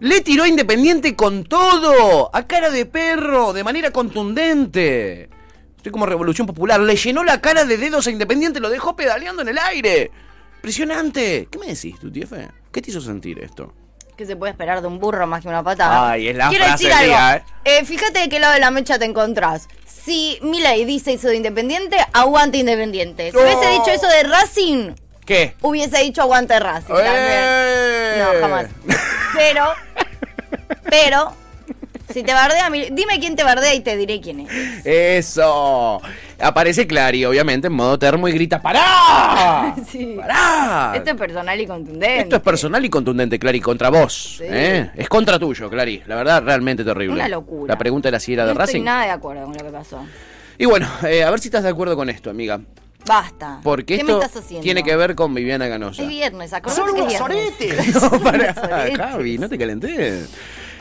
Le tiró a Independiente con todo, a cara de perro, de manera contundente. Estoy como Revolución Popular. Le llenó la cara de dedos a Independiente, lo dejó pedaleando en el aire. Impresionante. ¿Qué me decís, tu tiefe? ¿Qué te hizo sentir esto?
¿Qué se puede esperar de un burro más que una patada?
Ay, es la
Quiero
frase
decir
del
algo.
día,
Eh, fíjate de qué lado de la mecha te encontrás. Si Milei dice eso de Independiente, aguante Independiente. Si hubiese dicho eso de Racing,
¿Qué?
hubiese dicho aguante
¡Eh!
Racing también. No, jamás. Pero, pero, si te bardea, Milei- dime quién te bardea y te diré quién es.
Eso. Aparece Clary, obviamente, en modo termo y grita ¡Pará!
Sí.
¡Pará!
Esto es personal y contundente.
Ah. Esto es personal y contundente, Clary, contra vos.
Sí.
¿eh? Es contra tuyo, Clary. La verdad, realmente terrible.
Una locura.
La pregunta era si era
no
de
estoy
Racing.
nada de acuerdo con lo que pasó.
Y bueno, eh, a ver si estás de acuerdo con esto, amiga.
Basta.
Porque
¿Qué
esto
me estás haciendo?
tiene que ver con Viviana Ganosa.
Es viernes,
Son
acordate que es
unos
viernes.
Ah, Javi, no te calentes.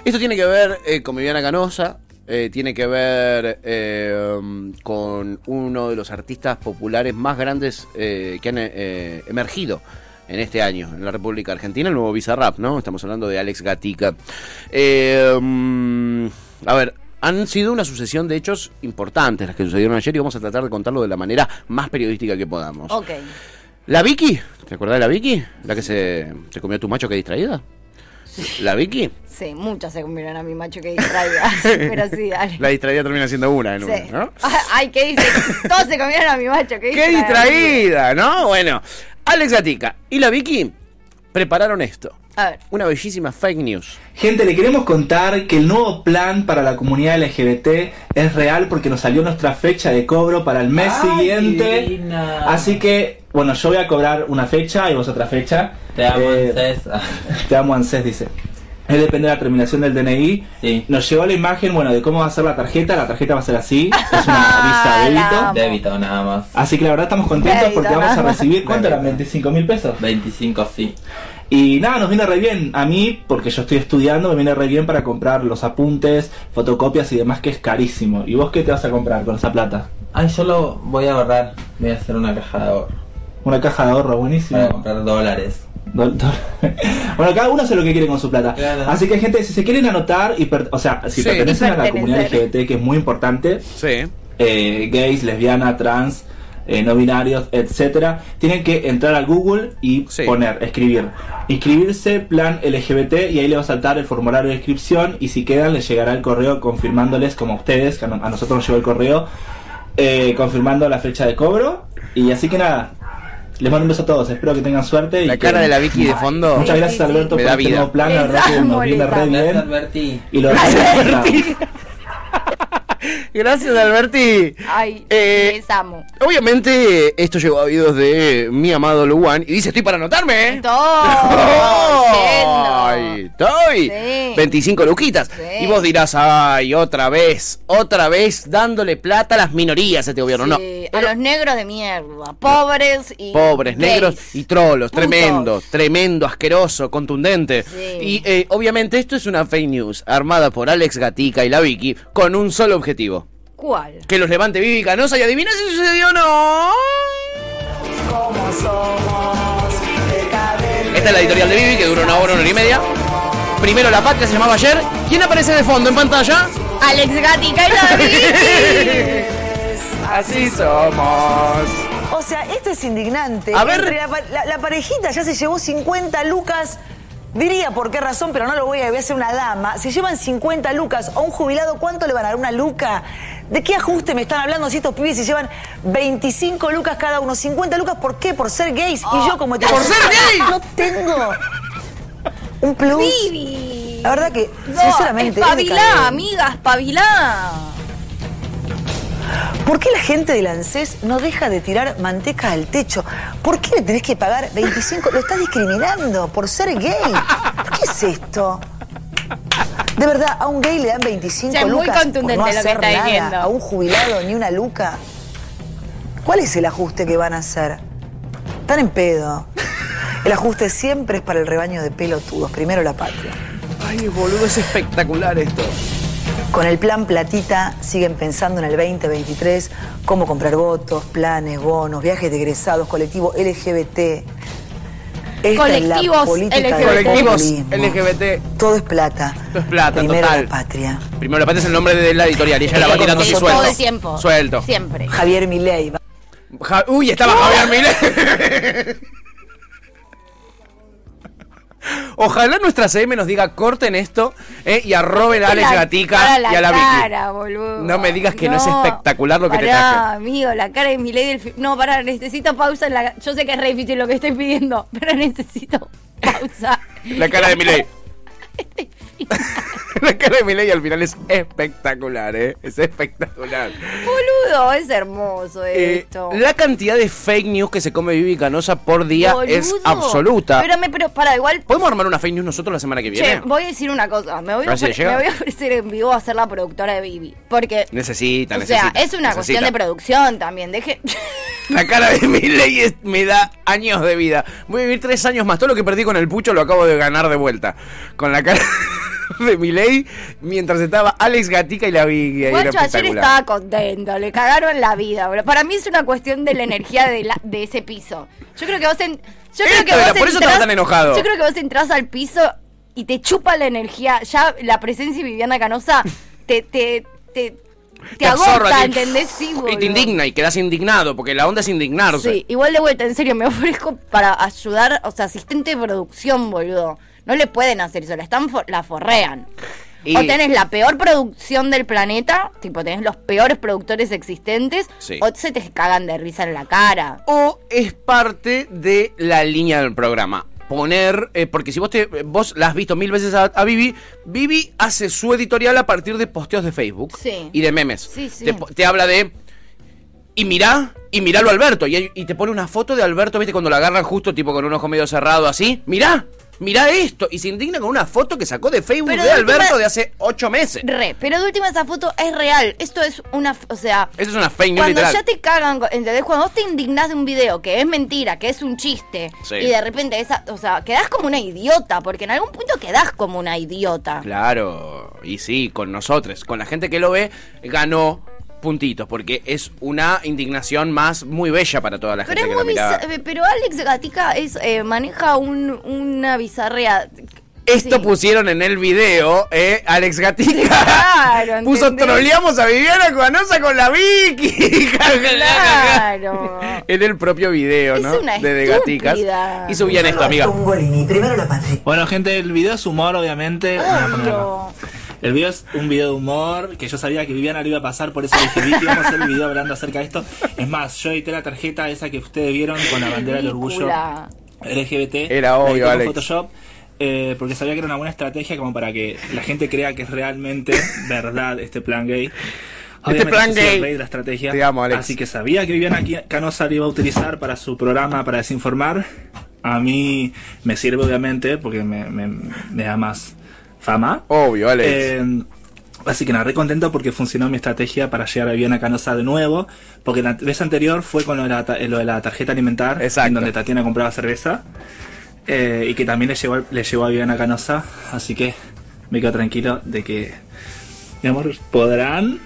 Esto tiene que ver eh, con Viviana Canosa, eh, tiene que ver eh, um, con uno de los artistas populares más grandes eh, que han eh, emergido en este año en la República Argentina, el nuevo Bizarrap, ¿no? Estamos hablando de Alex Gatica. Eh, um, a ver. Han sido una sucesión de hechos importantes las que sucedieron ayer y vamos a tratar de contarlo de la manera más periodística que podamos.
Ok.
La Vicky, ¿te acordás de la Vicky? La que se, se comió tu macho que distraída. La Vicky.
Sí, muchas se comieron a mi macho que distraiga. Pero sí, dale.
La distraída termina siendo una en
Sí.
una, ¿no?
Ay, qué dice. Todos se comieron a mi macho. Qué,
¡Qué distraída! ¿No? Bueno, Alex Gatica y la Vicky prepararon esto.
A ver.
Una bellísima fake news.
Gente, le queremos contar que el nuevo plan para la comunidad LGBT es real porque nos salió nuestra fecha de cobro para el mes siguiente. Así que, bueno, yo voy a cobrar una fecha y vos otra fecha. Te amo, ANSES. Te amo, ANSES, dice. Eh, depende de la terminación del DNI. Nos llegó la imagen, bueno, de cómo va a ser la tarjeta. La tarjeta va a ser así. Es una visa débito.
Débito nada más.
Así que la verdad estamos contentos
Débito,
porque vamos
nada
a
más.
recibir, ¿cuánto eran? 25 mil pesos.
25 sí.
Y nada, nos viene re bien. A mí, porque yo estoy estudiando, me viene re bien para comprar los apuntes, fotocopias y demás, que es carísimo. ¿Y vos qué te vas a comprar con esa plata?
Ay, yo lo voy a ahorrar. Voy a hacer una caja de ahorro.
Una caja de ahorro, buenísimo.
Voy a comprar dólares.
Do- do- bueno, cada uno hace lo que quiere con su plata.
Claro.
Así que, gente, si se quieren anotar, y per- o sea, si
Sí.
pertenecen a la
Pertenecer.
comunidad LGBT, que es muy importante, eh, gays, lesbianas, trans, eh, no binarios, etcétera, tienen que entrar a Google y poner, escribir, inscribirse, plan LGBT, y ahí le va a saltar el formulario de inscripción. Y si quedan, les llegará el correo confirmándoles, como a ustedes, que a, no- a nosotros nos llegó el correo, eh, confirmando la fecha de cobro. Y así que nada. Les mando un beso a todos, espero que tengan suerte.
La
y que-
cara de la Vicky de fondo.
Muchas
Sí,
gracias,
sí, sí.
Alberto,
Me
por
da
este
vida.
nuevo plan. La
Les
verdad que nos viene re
Gracias,
bien.
Alberti.
Y lo
Gracias, Alberti. Eh,
Ay, les amo.
Obviamente, esto llegó a oídos de mi amado Luan y dice: Estoy para anotarme, ¿eh?
Todo.
¡Ay! ¡Estoy!
Sí.
25 luquitas. Y vos dirás, ay, otra vez, otra vez dándole plata a las minorías a este gobierno. No.
Eh, a los negros de mierda. Pobres y.
Pobres,
gays.
negros y trolos. Tremendo, tremendo, asqueroso, contundente. Y eh, obviamente esto es una fake news armada por Alex Gatica y la Vicky con un solo objetivo.
¿Cuál?
Que los levante Vivi Canosa y adivina si sucedió o no. Esta es la editorial de Vivi que duró una hora, una hora y media. Primero la patria se llamaba ayer. ¿Quién aparece de fondo en pantalla?
Alex Gatica y la Vicky.
Así somos.
O sea, esto es indignante.
A ver.
Entre la, pa- la- la parejita ya se llevó 50 lucas Diría por qué razón, pero no lo voy a, voy a hacer una dama. Si llevan 50 lucas a un jubilado, ¿cuánto le van a dar una luca? ¿De qué ajuste me están hablando si estos pibes se llevan 25 lucas cada uno? 50 lucas, ¿por qué? Por ser gays. y yo como
¿Por ser
gay? No tengo un plus. La verdad que,
No,
sinceramente... es
espabilá,
decadente.
amiga, espabilá.
¿Por qué la gente del ANSES no deja de tirar manteca al techo? ¿Por qué le tenés que pagar 25? Lo estás discriminando por ser gay. ¿Por qué es esto? De verdad, a un gay le dan 25
Ya es muy
lucas
contundente
por no
lo que
hacer
está
nada.
diciendo.
A un jubilado ni una luca. ¿Cuál es el ajuste que van a hacer? Están en pedo. El ajuste siempre es para el rebaño de pelotudos. Primero la patria.
Ay, boludo, es espectacular esto.
Con el plan Platita siguen pensando en el 2023, cómo comprar votos, planes, bonos, viajes de egresados, colectivo LGBT. Esta es la
Colectivos
política del
LGBT. Colectivos
populismo.
LGBT.
Todo es plata.
Esto es plata,
Primero
total.
la patria.
Primero la patria es el nombre de la editorial y ella la va tirando así suelto.
Todo el tiempo.
Suelto.
Siempre.
Javier Milei. va-
Ja- Uy,
¡Oh!
estaba Javier Milei. Ojalá nuestra CM nos diga corten esto eh, y arroben a Alex
La
Gatica
cara,
y a la Vicky.
cara, boludo.
No me digas que no, es
No.
espectacular lo que te
Pará,
traje.
amigo, la cara de mi ley del fi- No, pará, necesito pausa en la. Yo sé que es re difícil lo que estoy pidiendo, pero necesito pausa.
La cara de Milei. la cara de Milei al final es espectacular, ¿eh? Es espectacular.
Boludo, es hermoso
Eh,
esto.
la cantidad de fake news que se come Vivi Canosa por día
Boludo.
es absoluta.
Pero, me, pero para, igual.
¿Podemos armar una fake news nosotros la semana que
Che,
viene?
voy a decir una cosa. Me voy a,
¿Pero si
ofre-
llega?
me voy a ofrecer en vivo a ser la productora de Bibi. Porque.
Necesita,
o
necesita.
sea, es una cuestión
necesita.
de producción también. Deje.
La cara de Milei es- me da años de vida. Voy a vivir tres años más. Todo lo que perdí con el pucho lo acabo de ganar de vuelta. Con la cara de Milei mientras estaba Alex Gatica y la Vicky. ahí era
Guacho ayer
espectacular.
estaba contento, le cagaron la vida, bro. Para mí es una cuestión de la energía de, la- de ese piso. Yo creo que vos en- yo creo
Esto
que
era,
vos
por eso estaba tan enojado.
Yo creo que vos entras al piso y te chupa la energía, ya la presencia de Viviana Canosa te te te, te
Te
agota,
absorbe, te-
¿entendés? Sí,
Y
boludo.
te indigna y quedas indignado, porque la onda es indignarse.
Sí, igual de vuelta, en serio, me ofrezco para ayudar, o sea, asistente de producción, boludo. No le pueden hacer eso, la, están for- la forrean.
Y-
O tenés la peor producción del planeta, tipo tenés los peores productores existentes,
Sí.
o se te cagan de risa en la cara.
O es parte de la línea del programa. Poner, eh, porque si vos te, vos la has visto mil veces a, a Vivi, Vivi hace su editorial a partir de posteos de Facebook
Sí.
y de memes.
Sí, sí.
Te, po- te habla de. Y mirá, y miralo a Alberto. Y, hay- y te pone una foto de Alberto, viste, cuando lo agarran justo, tipo con un ojo medio cerrado así. Mirá, mirá esto. Y se indigna con una foto que sacó de Facebook
Pero
de
de
Alberto
última-
de hace ocho meses.
Re, pero de última esa foto es real. Esto es una, f- o sea,
Eso es una fake news
cuando
literal.
ya te cagan, co- ¿entendés? Cuando vos te indignás de un video que es mentira, que es un chiste,
Sí.
y de repente esa, o sea, quedás como una idiota, porque en algún punto quedás como una idiota.
Claro, y sí, con nosotros, con la gente que lo ve, ganó puntitos, porque es una indignación más muy bella para toda la
Pero
gente
es
que lo
muy
miraba.
bizar- eh, pero Alex Gatica es eh, maneja un, una bizarrea.
Esto pusieron en el video, ¿eh? Alex Gatica
Claro,
puso
¿entendés?
troleamos a Viviana Canosa con la Vicky.
Claro.
en el propio video, ¿no?
Es una
de, de
estúpida.
Gaticas. Y subían esto, amiga.
Bueno, gente, el video es humor, obviamente. Voy
Ah,
a ponerlo. El video es un video de humor que yo sabía que Viviana lo iba a pasar, por eso dije, Vicky, vamos a hacer el video hablando acerca de esto. Es más, yo edité la tarjeta esa que ustedes vieron con la bandera del orgullo
Ridícula.
LGBT.
Era
la
obvio,
edité con
Alex.
Photoshop. eh, porque sabía que era una buena estrategia como para que la gente crea que es realmente verdad este plan gay. Obviamente
plan
yo soy el
gay.
rey de la estrategia.
Te amo, Alex.
Así que sabía que Viviana Qui- Canosa lo iba a utilizar para su programa, para desinformar. A mí me sirve, obviamente, porque me, me- me da más fama.
Obvio, Alex.
Eh, así que nada, re contento porque funcionó mi estrategia para llegar a Viviana Canosa de nuevo. Porque la vez anterior fue con lo de la, ta- lo de la tarjeta alimentar, en donde Tatiana compraba cerveza. eh, y que también le llevó, le llevó a Viviana Canosa. Así que me quedo tranquilo de que, mi amor, podrán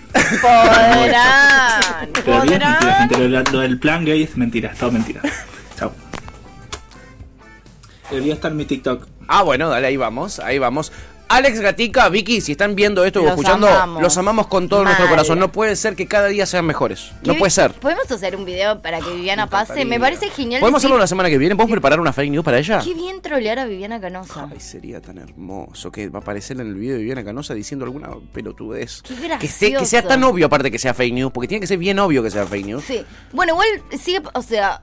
Podrán.
pero bien, mentira,
Podrán.
gente, lo, lo del plan gay es mentira, es todo mentira. Chao. El video está en mi TikTok.
Ah, bueno, dale, ahí vamos, ahí vamos. Alex Gatica, Vicky, si están viendo esto o
Los
escuchando,
amamos.
los amamos con todo nuestro
Mal.
corazón. No puede ser que cada día sean mejores. No
Y-
puede ser.
¿Podemos hacer un video para que Viviana pase? Me parece genial.
¿Podemos
decir,
hacerlo la semana que viene? ¿Podemos preparar una fake news para ella?
Qué bien trolear a Viviana Canosa.
Ay, sería tan hermoso que va a aparecer en el video de Viviana Canosa diciendo alguna pelotudez.
Qué
Que, esté- que sea
gracioso.
tan obvio, aparte que sea fake news, porque tiene que ser bien obvio que sea fake news.
Sí. Bueno, igual sigue, o sea,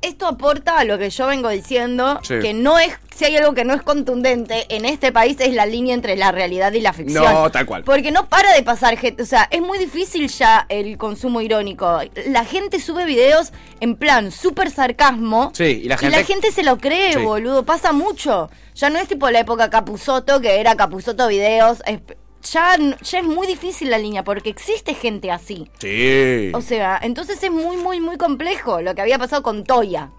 esto aporta a lo que yo vengo diciendo,
Sí.
que no es, si hay algo que no es contundente en este país es la línea entre la realidad y la ficción.
No, tal cual.
Porque no para de pasar gente, o sea, es muy difícil ya el consumo irónico. La gente sube videos en plan súper sarcasmo.
Sí, y la gente.
se lo cree,
Sí.
boludo, pasa mucho. Ya no es tipo la época Capuzoto, que era Capuzoto videos. es- ya, n- ya es muy difícil la línea, porque existe gente así.
Sí.
O sea, entonces es muy, muy, muy complejo lo que había pasado con Toya.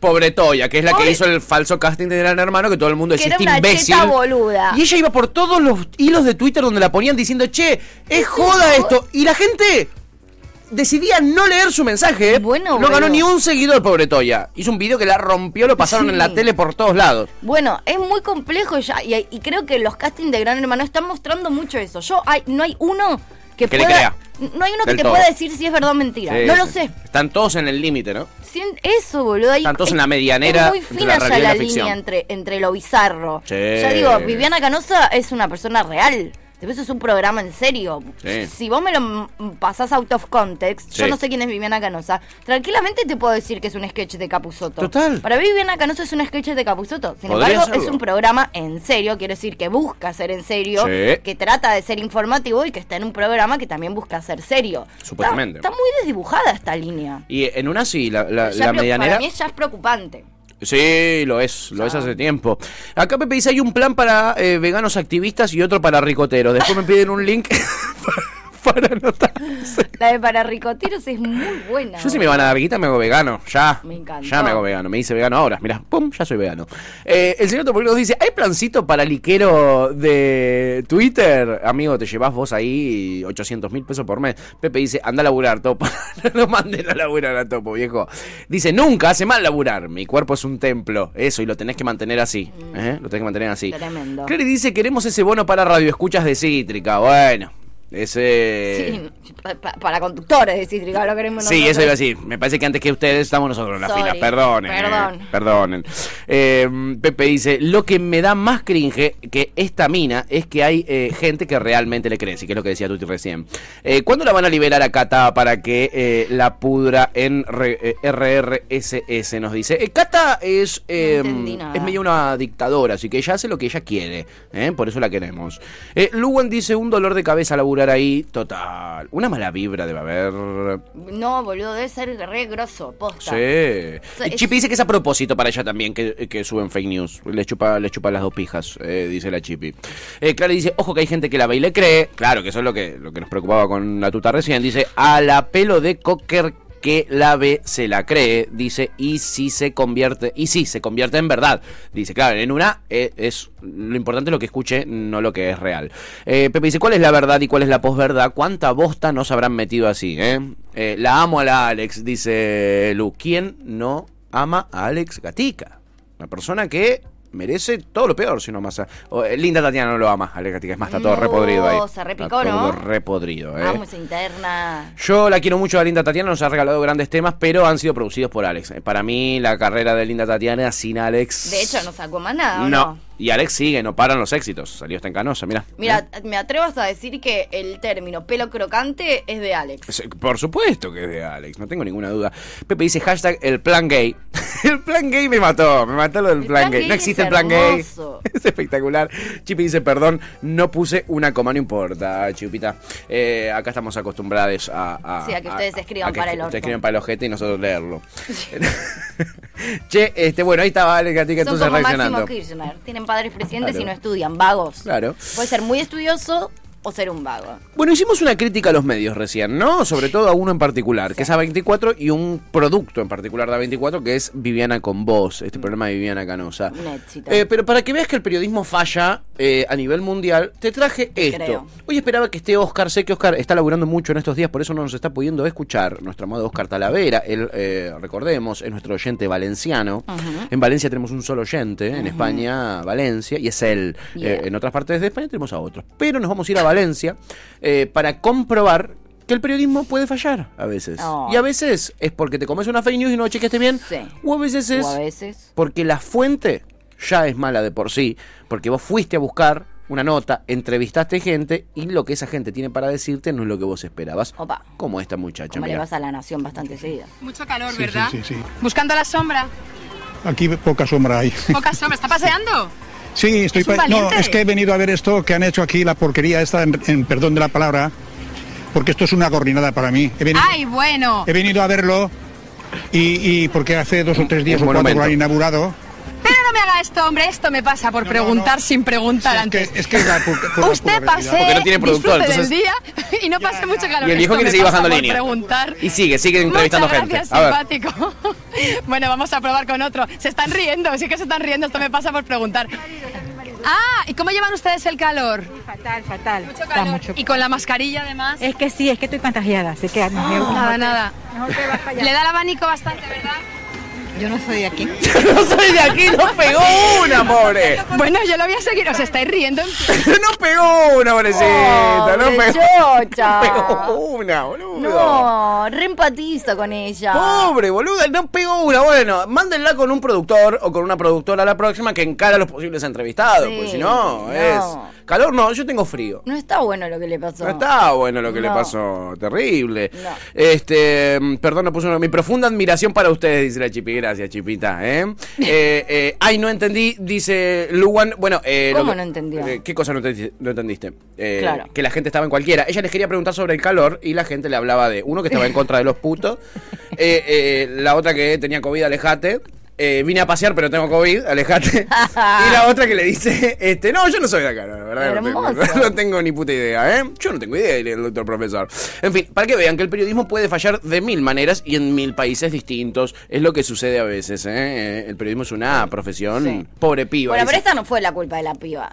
Pobre Toya, que es la que
Pobre-
hizo el falso casting de Gran Hermano, que todo el mundo
Que
decía,
era
"Este
una
imbécil.
cheta boluda.
Y ella iba por todos los hilos de Twitter donde la ponían diciendo, che, es joda esto. Y la gente decidía no leer su mensaje. ¿eh? no ganó
boludo.
ni un seguidor, pobre Toya. Hizo un video que la rompió, lo pasaron
Sí.
en la tele por todos lados.
Bueno, es muy complejo ya. Y, y creo que los castings de Gran Hermano están mostrando mucho eso. Yo, hay, no hay uno que,
Que le
pueda.
crea.
No hay uno que
Del
te
todo.
pueda decir si es verdad o mentira.
Sí,
no lo
sí.
sé.
Eh, Están todos en el límite, ¿no?
Si en- eso, boludo. ahí-
Están todos en la
es-
medianera
Es muy
entre
fina
la
ya
realidad y
la
la ficción.
línea entre, entre lo bizarro.
Sí.
Ya digo, Viviana Canosa es una persona real. De eso es un programa en serio.
Sí.
Si vos me lo mm, pasás out of context, yo
Sí.
no sé quién es Viviana Canosa. Tranquilamente te puedo decir que es un sketch de Capuzoto.
Total.
Para mí, Viviana Canosa es un sketch de Capuzoto. Sin
Podría
embargo,
serlo.
es un programa en serio. Quiero decir que busca ser en serio,
Sí.
que trata de ser informativo y que está en un programa que también busca ser serio.
Supuestamente.
Está, está muy desdibujada esta línea.
Y en una sí, la, la-
Ya
la
preo-
medianera.
Para mí ya es preocupante.
Sí, lo es, lo es hace tiempo. Acá Pepe dice, hay un plan para eh, veganos activistas y otro para ricoteros. Después me piden un link.
La de para ricoteros es muy buena.
Yo si me van a dar guita me hago vegano, ya.
Me encantó.
Ya me hago vegano, me hice vegano ahora, mirá, pum, ya soy vegano. Eh, el señor Topolino dice, ¿hay plancito para liquero de Twitter? Amigo, te llevas vos ahí 800 mil pesos por mes. Pepe dice, anda a laburar, Topo. no lo manden a laburar a Topo, viejo. Dice, nunca hace mal laburar, mi cuerpo es un templo. Eso, y lo tenés que mantener así. ¿eh? Lo tenés que mantener así.
Mm. Tremendo.
Clary dice, queremos ese bono para radioescuchas de Cítrica. Bueno, ese...
Sí, pa- pa- para conductores de Cítrica, lo queremos
eh. Sí,
nosotros.
eso iba a decir. Me parece que antes que ustedes estamos nosotros en la
Sorry.
fila. Perdonen. eh,
Perdón.
perdonen. Eh, Pepe dice: Lo que me da más cringe que esta mina es que hay eh, gente que realmente le cree. Sí, que es lo que decía Tuti recién. Eh, ¿Cuándo la van a liberar a Cata para que eh, la pudra en re- eh, RRSS? Nos dice. Eh, Cata es, eh, es medio una dictadora, así que ella hace lo que ella quiere. ¿eh? Por eso la queremos. Eh, Luwen dice: Un dolor de cabeza laburar ahí. Total. Una mala vibra debe haber.
No, boludo, debe ser re grosso, posta.
Sí. eh.
sea,
Y
es-
Chipi dice que es a propósito para ella también que, que suben fake news. Le chupa, le chupa las dos pijas, eh, dice la Chipi. Eh, Clara dice, ojo que hay gente que la ve y le cree. Claro, que eso es lo que, lo que nos preocupaba con la tuta recién. Dice, a la pelo de Cocker que la ve se la cree. Dice, y si se convierte, y si se convierte en verdad. Dice, claro, en una eh, es lo importante es lo que escuche, no lo que es real. Eh, Pepe dice, ¿cuál es la verdad y cuál es la posverdad? ¿Cuánta bosta nos habrán metido así? eh? Eh, la amo a la Alex, dice Lu. ¿Quién no ama a Alex Gatica? Una persona que merece todo lo peor, si no más. a- o, eh, Linda Tatiana no lo ama, Alex Gatica. Es más, está todo
No,
repodrido ahí.
se repicó,
Está todo
¿no?
repodrido, eh.
Amo esa interna.
Yo la quiero mucho a Linda Tatiana, nos ha regalado grandes temas, pero han sido producidos por Alex. Eh, Para mí, la carrera de Linda Tatiana sin Alex.
De hecho, no sacó más nada, ¿o
no.
no?
Y Alex sigue, no paran los éxitos. Salió esta encanosa, mira.
Mira,
Eh.
me atrevas a decir que el término pelo crocante es de Alex.
Sí, Por supuesto que es de Alex, no tengo ninguna duda. Pepe dice hashtag el plan gay. el plan gay me mató, me mató lo del plan, gay. No existe el plan gay. Es espectacular. Chipi dice, perdón, no puse una coma, no importa, Chupita. Eh, acá estamos acostumbrados a, a...
Sí, a que ustedes escriban
a que
para el orto.
Ustedes escriban para el ojete y nosotros leerlo. che, este, bueno, ahí estaba Alex Gatica
Son
entonces
como Máximo
reaccionando.
Kirchner. Tienen padres presidentes
Claro.
y no estudian, vagos.
Claro.
Puede ser muy estudioso o ser un vago.
Bueno, hicimos una crítica a los medios recién, ¿no? Sobre todo a uno en particular, que es A24 y un producto en particular de A24 que es Viviana con Voz, este programa de Viviana Canosa.
Un éxito.
Eh, pero para que veas que el periodismo falla eh, a nivel mundial, te traje esto.
creo.
Hoy esperaba que esté Oscar. Sé que Oscar está laburando mucho en estos días, por eso no nos está pudiendo escuchar. Nuestro amado Oscar Talavera, él, eh, recordemos, es nuestro oyente valenciano. En Valencia tenemos un solo oyente, en
Ujú.
España, Valencia, y es él.
Yeah.
Eh, en otras partes de España tenemos a otros. Pero nos vamos a ir a Valencia eh, para comprobar que el periodismo puede fallar a veces.
Oh.
Y a veces es porque te comes una fake news y no chequeaste bien. O a veces es
O a veces.
porque la fuente ya es mala de por sí, porque vos fuiste a buscar una nota, entrevistaste gente y lo que esa gente tiene para decirte no es lo que vos esperabas. Como esta muchacha.
Como le
mirá.
vas a la nación bastante seguida.
Mucho calor,
Sí,
¿verdad?
sí, sí, sí.
Buscando la sombra.
Aquí poca sombra hay.
Poca sombra. ¿Está paseando?
Sí, estoy.
Es un
pa- no,
valiente.
es que he venido a ver esto que han hecho aquí, la porquería esta, en, en perdón de la palabra, porque esto es una gorrinada para mí. He venido,
¡Ay, bueno!
he venido a verlo y, y porque hace dos o tres días o
un
cuatro que lo
monumento.
han inaugurado.
Pero no me haga esto, hombre. Esto me pasa por preguntar sin preguntar antes.
Es que la pu- pu-
Usted
Porque
pase,
no tiene productor,
disfrute
entonces-
del día y no pase mucho calor.
Y el
Esto
viejo quiere
me
seguir
pasa
bajando
por
línea.
preguntar.
Y sigue, sigue
Muchas
entrevistando gente.
gracias,
A ver.
simpático. bueno, vamos a probar con otro. Se están riendo, sí que se están riendo. Esto me pasa por preguntar. Ah, ¿y cómo llevan ustedes el calor? Fatal, fatal. Mucho calor. Y con la mascarilla además. Es que sí, es que estoy contagiada, así que nada, nada. Le da el abanico bastante, ¿verdad? Yo no soy de aquí.
no soy de aquí, no pegó una, pobre.
Bueno, yo lo voy a seguir. Os estáis riendo.
no pegó una, pobrecita. no
Pobre
pegó.
chocha.
No pegó una, boludo.
No, reempatizo con ella.
Pobre, boluda, no pegó una. Bueno, mándenla con un productor o con una productora a la próxima que encara a los posibles entrevistados.
Sí,
porque si no,
no.
es. Calor no, yo tengo frío.
No está bueno lo que le pasó.
No está bueno lo que le
No.
pasó. Terrible.
No.
Este, mm, perdón, no puse una- Mi profunda admiración para ustedes, dice la Chipi. Gracias, Chipita. ¿eh? Eh, eh, ay, no entendí, dice Luan. Bueno, eh, lo
¿Cómo
que-
no entendió?
eh, ¿Qué cosa no, entendi- no entendiste? Eh,
Claro.
Que la gente estaba en cualquiera. Ella les quería preguntar sobre el calor y la gente le hablaba de uno que estaba en contra de los putos, eh, eh, la otra que tenía COVID, alejate. eh, vine a pasear, pero tengo COVID, alejate. Y la otra que le dice, este, no, yo no soy de acá, la verdad. que No tengo,
Hermoso.
no tengo ni puta idea, ¿eh? Yo no tengo idea, diría el doctor profesor. En fin, para que vean que el periodismo puede fallar de mil maneras y en mil países distintos. Es lo que sucede a veces, ¿eh? El periodismo es una profesión pobre piba.
Bueno,
dice.
pero esta no fue la culpa de la piba.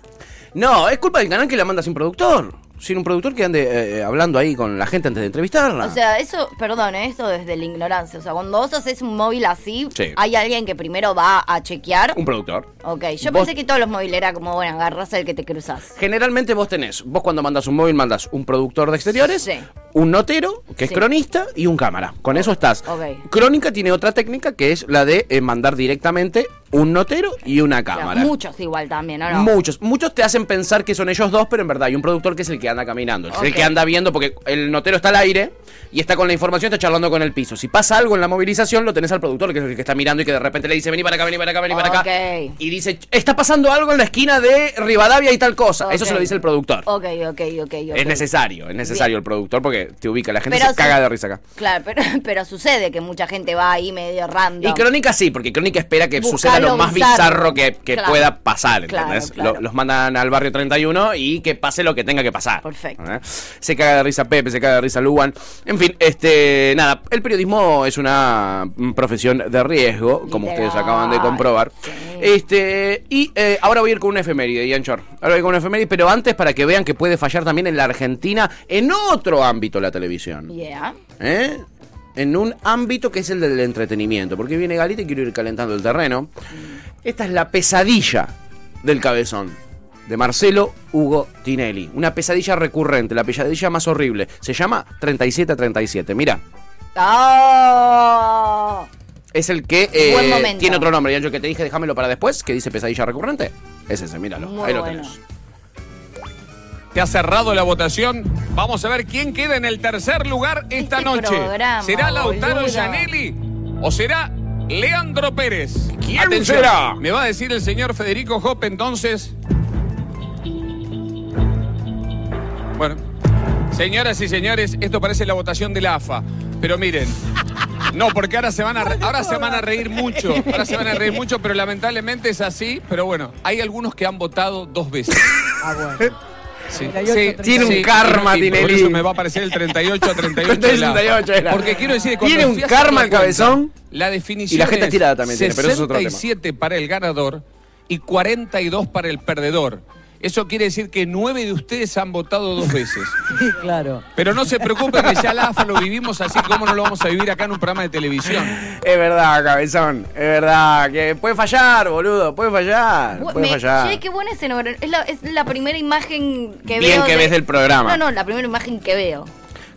No, es culpa del canal que la manda sin productor. Sin un productor que ande eh, eh, hablando ahí con la gente antes de entrevistarla.
O sea, eso, perdón, ¿eh? esto desde la ignorancia. O sea, cuando vos haces un móvil así,
Sí.
hay alguien que primero va a chequear.
un productor.
Ok, yo
Vos-
pensé que todos los móviles era como, bueno, agarras el que te cruzas.
Generalmente vos tenés, vos cuando mandas un móvil mandas un productor de exteriores,
Sí.
un notero, que es
Sí.
cronista, y un cámara. Con eso estás.
Ok.
Crónica tiene otra técnica que es la de eh, mandar directamente un notero y una cámara.
Muchos igual también, ¿o Ah, no?
Muchos, muchos te hacen pensar que son ellos dos, pero en verdad hay un productor que es el que anda caminando, es el
Ok.
que anda viendo, porque el notero está al aire y está con la información, está charlando con el piso. Si pasa algo en la movilización, lo tenés al productor, que es el que está mirando y que de repente le dice, vení para acá, vení para acá, vení para acá.
Ok.
Y dice, está pasando algo en la esquina de Rivadavia y tal cosa. Eso se lo dice el productor.
Ok, ok, ok, ok.
Es necesario, es necesario el productor porque te ubica, la gente
Pero
se caga
sí.
de risa acá.
Claro, pero, pero sucede que mucha gente va ahí medio random.
Y Crónica sí, porque Crónica espera que
Buscar
suceda lo
lo
más
bizarro.
bizarro que, que
Claro.
pueda pasar, ¿entendés?
Claro, claro.
Lo- los mandan al barrio 31 y que pase lo que tenga que pasar.
Perfecto.
¿eh? Se caga de risa Pepe, se caga de risa Luan. En fin, este, nada, el periodismo es una mm, profesión de riesgo, como
Literal.
ustedes acaban de comprobar. Este, y eh, ahora voy a ir con una efeméride, Ian Shore. Ahora voy con una efeméride, pero antes para que vean que puede fallar también en la Argentina, en otro ámbito la televisión.
Yeah.
¿eh? En un ámbito que es el del entretenimiento. Porque viene Galita y quiero ir calentando el terreno. Esta es la pesadilla del cabezón. De Marcelo Hugo Tinelli. Una pesadilla recurrente, la pesadilla más horrible. Se llama 3737. Mira,
¡Oh!
es el que
Buen
eh,
momento.
tiene otro nombre. Y el que te dije, déjamelo para después, que dice pesadilla recurrente. Es ese, míralo.
Muy
Ahí lo
bueno.
tenés.
Se ha cerrado la votación. Vamos a ver quién queda en el tercer lugar esta noche.
Este programa,
¿Será Lautaro
boludo.
Gianelli o será Leandro Pérez?
¿Quién será?
Me va a decir el señor Federico Hop entonces. Bueno, señoras y señores, esto parece la votación de la AFA. Pero miren, no, porque ahora se van a re- ahora se van a reír mucho. Ahora se van a reír mucho, pero lamentablemente es así. Pero bueno, hay algunos que han votado dos veces. Sí, sí,
Tiene un
sí,
karma,
y por
Tinelli.
eso me va a aparecer el 38 38.
38 era.
Porque quiero decir que cuando
Tiene un
fui a hacer
karma
la
el cabezón.
cuenta, La definición
Y la gente
es
tirada también tiene, pero eso es otro tema.
67 para el ganador y 42 para el perdedor. Eso quiere decir que nueve de ustedes han votado dos veces.
Sí, claro.
Pero no se preocupen que ya la AFA lo vivimos así como no lo vamos a vivir acá en un programa de televisión.
Es verdad, cabezón. Es verdad. Que puede fallar, boludo. Puede fallar.
Bu-
Puede
me-
fallar.
che, qué buena escenografía. Es la, es la primera imagen que
Bien
veo.
que ves del programa.
No, no, la primera imagen que veo.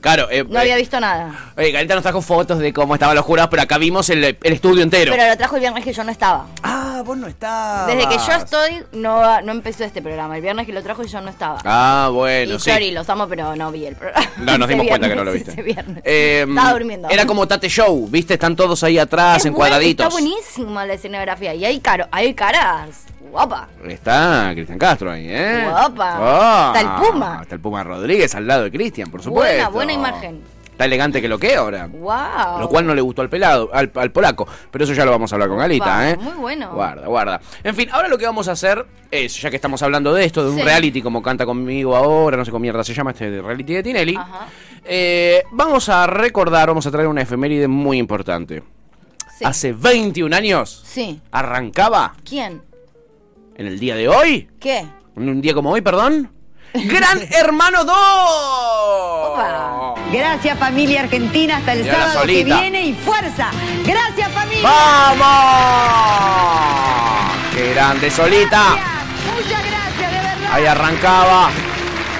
Claro, eh,
No había visto nada.
Oye, Carita nos trajo fotos de cómo estaban los jurados, pero acá vimos el, el estudio entero.
Pero, la trajo el viernes que yo no estaba.
Ah, vos no estabas.
Desde que yo estoy, no, no empezó este programa. El viernes que lo trajo yo no estaba.
Ah, bueno,
y
sí.
sorry, los amo, pero no vi el programa.
No, nos
Ese
dimos cuenta
viernes,
que no lo
sí,
viste.
ese viernes.
Eh,
Estaba durmiendo.
Era como Tate Show, ¿viste? Están todos ahí atrás,
Es buena-
encuadraditos.
Está buenísima la escenografía. Y hay, caro, hay caras. Guapa.
Está Cristian Castro ahí, ¿eh?
Guapa.
Ah,
Está el Puma.
Está el Puma Rodríguez al lado de Cristian, por supuesto.
Buena, buena imagen.
Está elegante que lo que ahora.
Wow.
Lo cual no le gustó al pelado, al, al polaco. Pero eso ya lo vamos a hablar con Galita, ¿eh?
Muy bueno.
Guarda, guarda. En fin, ahora lo que vamos a hacer es, ya que estamos hablando de esto, de un
Sí.
reality como canta conmigo ahora, no sé cómo mierda se llama este de reality de Tinelli, eh, vamos a recordar, vamos a traer una efeméride muy importante.
Sí.
Hace 21 años
Sí.
arrancaba,
¿Quién?
en el día de hoy,
¿Qué?
en un día como hoy, perdón, Gran Hermano 2.
Gracias familia argentina, hasta el
Ya la
sábado que
solita.
viene y fuerza. Gracias familia.
¡Vamos! ¡Qué grande, Solita!
Muchas gracias, de verdad.
Ahí arrancaba.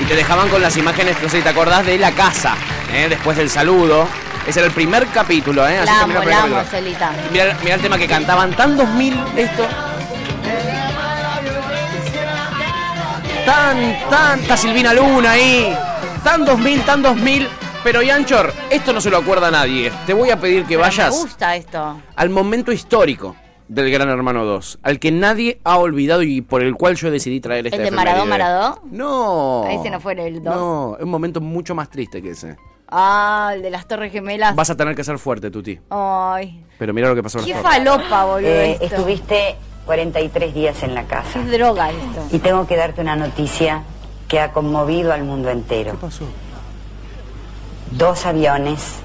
Y te dejaban con las imágenes, no sé si te acordás, de la casa. ¿eh? Después del saludo. Ese era el primer capítulo, ¿eh?
la amo, la
terminó el primer
amo,
capítulo.
Celita.
Mirá, mirá el tema que cantaban. Tan 2000 esto. Tan, tan, está Silvina Luna ahí. Tan 2000, tan 2000. Pero, Yanchor, esto no se lo acuerda nadie. Te voy a pedir que
Pero
vayas
Me gusta esto.
al momento histórico del Gran Hermano 2, al que nadie ha olvidado y por el cual yo decidí traer esta
¿El de Maradó
efeméride.
Maradó? Ah,
No.
Ese no fue el 2.
No, es un momento mucho más triste que ese.
Ah, el de las Torres Gemelas.
Vas a tener que ser fuerte, Tuti.
Ay.
Pero mira lo que pasó en
Qué
las
falopa, boludo.
Eh,
esto.
estuviste 43 días en la casa.
Es droga esto.
Y tengo que darte una noticia que ha conmovido al mundo entero. ¿Qué
pasó?
Dos aviones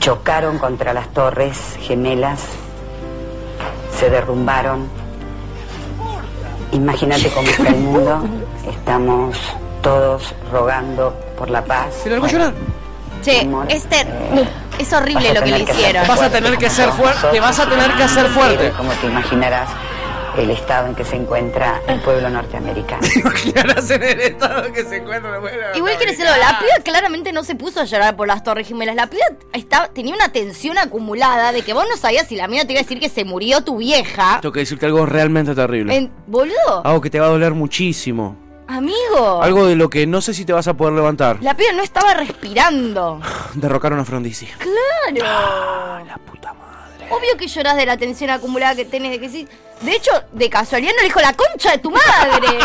chocaron contra las torres gemelas, se derrumbaron. Imagínate cómo está el mundo. Estamos todos rogando por la paz. ¿Se
algo llorar?
Che, Esther, es horrible
Vas a
lo que le
tener que hacer
hicieron.
fuerte, como nosotros.
Te vas a tener que hacer fuerte.
Pero, Como te imaginarás, el estado en que se encuentra el pueblo norteamericano.
en el estado que se encuentra
Igual que decirlo, la piba claramente no se puso a llorar por las Torres Gemelas. La piba estaba, tenía una tensión acumulada de que vos no sabías si la mina te iba a decir que se murió tu vieja.
Tengo que decirte algo realmente terrible.
En- boludo,
Algo que te va a doler muchísimo.
amigo.
Ah. Algo de lo que no sé si te vas a poder levantar.
La piba no estaba respirando.
Derrocaron a Frondizi.
Claro.
Ah,
la puta madre. Obvio que llorás de la tensión acumulada que tenés de que sí. De hecho, de casualidad no le dijo la concha de tu madre.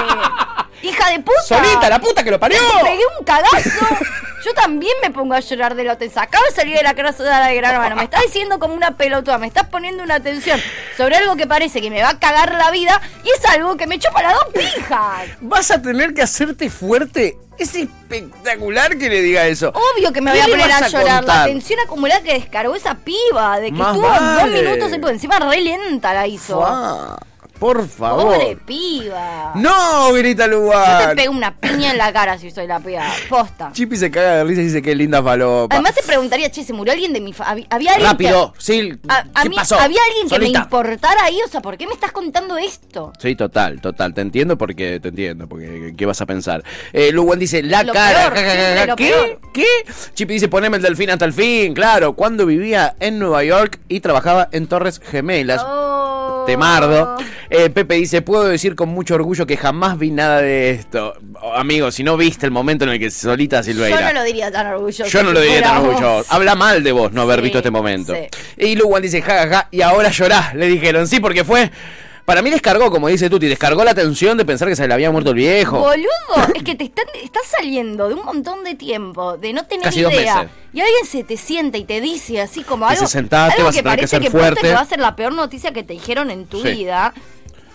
Hija de puta.
Solita, la puta que lo parió.
Te pegué un cagazo. Yo también me pongo a llorar de lo tensa. Acabo de salir de la casa de gran hermano. Me estás diciendo como una pelotuda. Me estás poniendo una tensión sobre algo que parece que me va a cagar la vida. Y es algo que me echó para dos pijas.
Vas a tener que hacerte fuerte. Es espectacular que le diga eso.
Obvio que me
¿Qué
voy a
le
poner
vas
a llorar. La
contar?
tensión acumulada que descargó esa piba. De que
Más
estuvo dos
vale.
minutos y por encima re lenta la hizo.
Fua, Por favor.
Pobre piba.
No, grita
Yo te
lugar.
pego una piña en la cara si soy la piba. Posta.
Chipi se caga de risa y dice que linda falopa.
Además te preguntaría, che, ¿se murió alguien de mi fa- hab- ¿Había alguien
Rápido,
que-
sí.
a- a
¿Qué
mí-
pasó?
¿Había alguien que
Solita.
me importara ahí? O sea, ¿por qué me estás contando esto?
Sí, total, total. Te entiendo porque te entiendo. Porque ¿qué vas a pensar? Eh, Luwan dice, la
Lo
cara.
peor,
ja, ja, ja,
siempre
ja.
lo
¿Qué?
peor.
¿Qué? Chipi dice, poneme el delfín hasta el fin. Claro, cuando vivía en Nueva York y trabajaba en Torres Gemelas.
Oh.
Temardo. Eh, Pepe dice, puedo decir con mucho orgullo que jamás vi nada de esto. Oh, Amigo, si no viste el momento en el que Solita Silveira...
Yo no lo diría tan orgulloso.
Yo no lo diría tan
Bravo.
orgulloso. Habla mal de vos no haber visto este momento. Y Luwan dice, jajaja, y ahora llorás, le dijeron. Sí, porque fue... Para mí descargó, como dice Tuti, descargó la tensión de pensar que se le había muerto el viejo.
Boludo, es que te están, estás saliendo de un montón de tiempo, de no tener
Casi dos
idea.
meses.
Y alguien se te sienta y te dice así como
Te
algo,
dice, "Sentate,
algo
vas a
que
tener
parece
que ser
que posta
fuerte".
que va a ser la peor noticia que te dijeron en tu
Sí.
vida.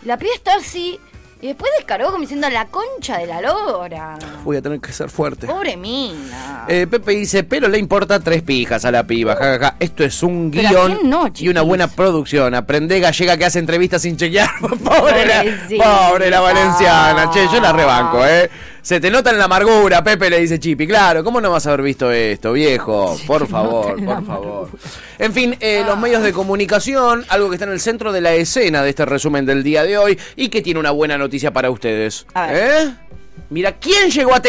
La piba está así Y después descargó como diciendo la concha de la lora.
Voy a tener que ser fuerte.
Pobre mina.
Eh, Pepe dice, pero le importa tres pijas a la piba. Ja, ja, ja. Esto es un
Pero ¿a
guión
quién no,
y una buena producción. Aprende gallega que hace entrevistas sin chequear. pobre, la,
Pobrecita.
pobre la valenciana. Che, yo la rebanco, ¿eh? Se te nota en la amargura, Pepe, le dice Chipi. Claro, ¿cómo no vas a haber visto esto, viejo? Por favor, por favor. En fin, eh, los medios de comunicación, algo que está en el centro de la escena de este resumen del día de hoy y que tiene una buena noticia para ustedes. ¿Eh? Mira, ¿quién llegó a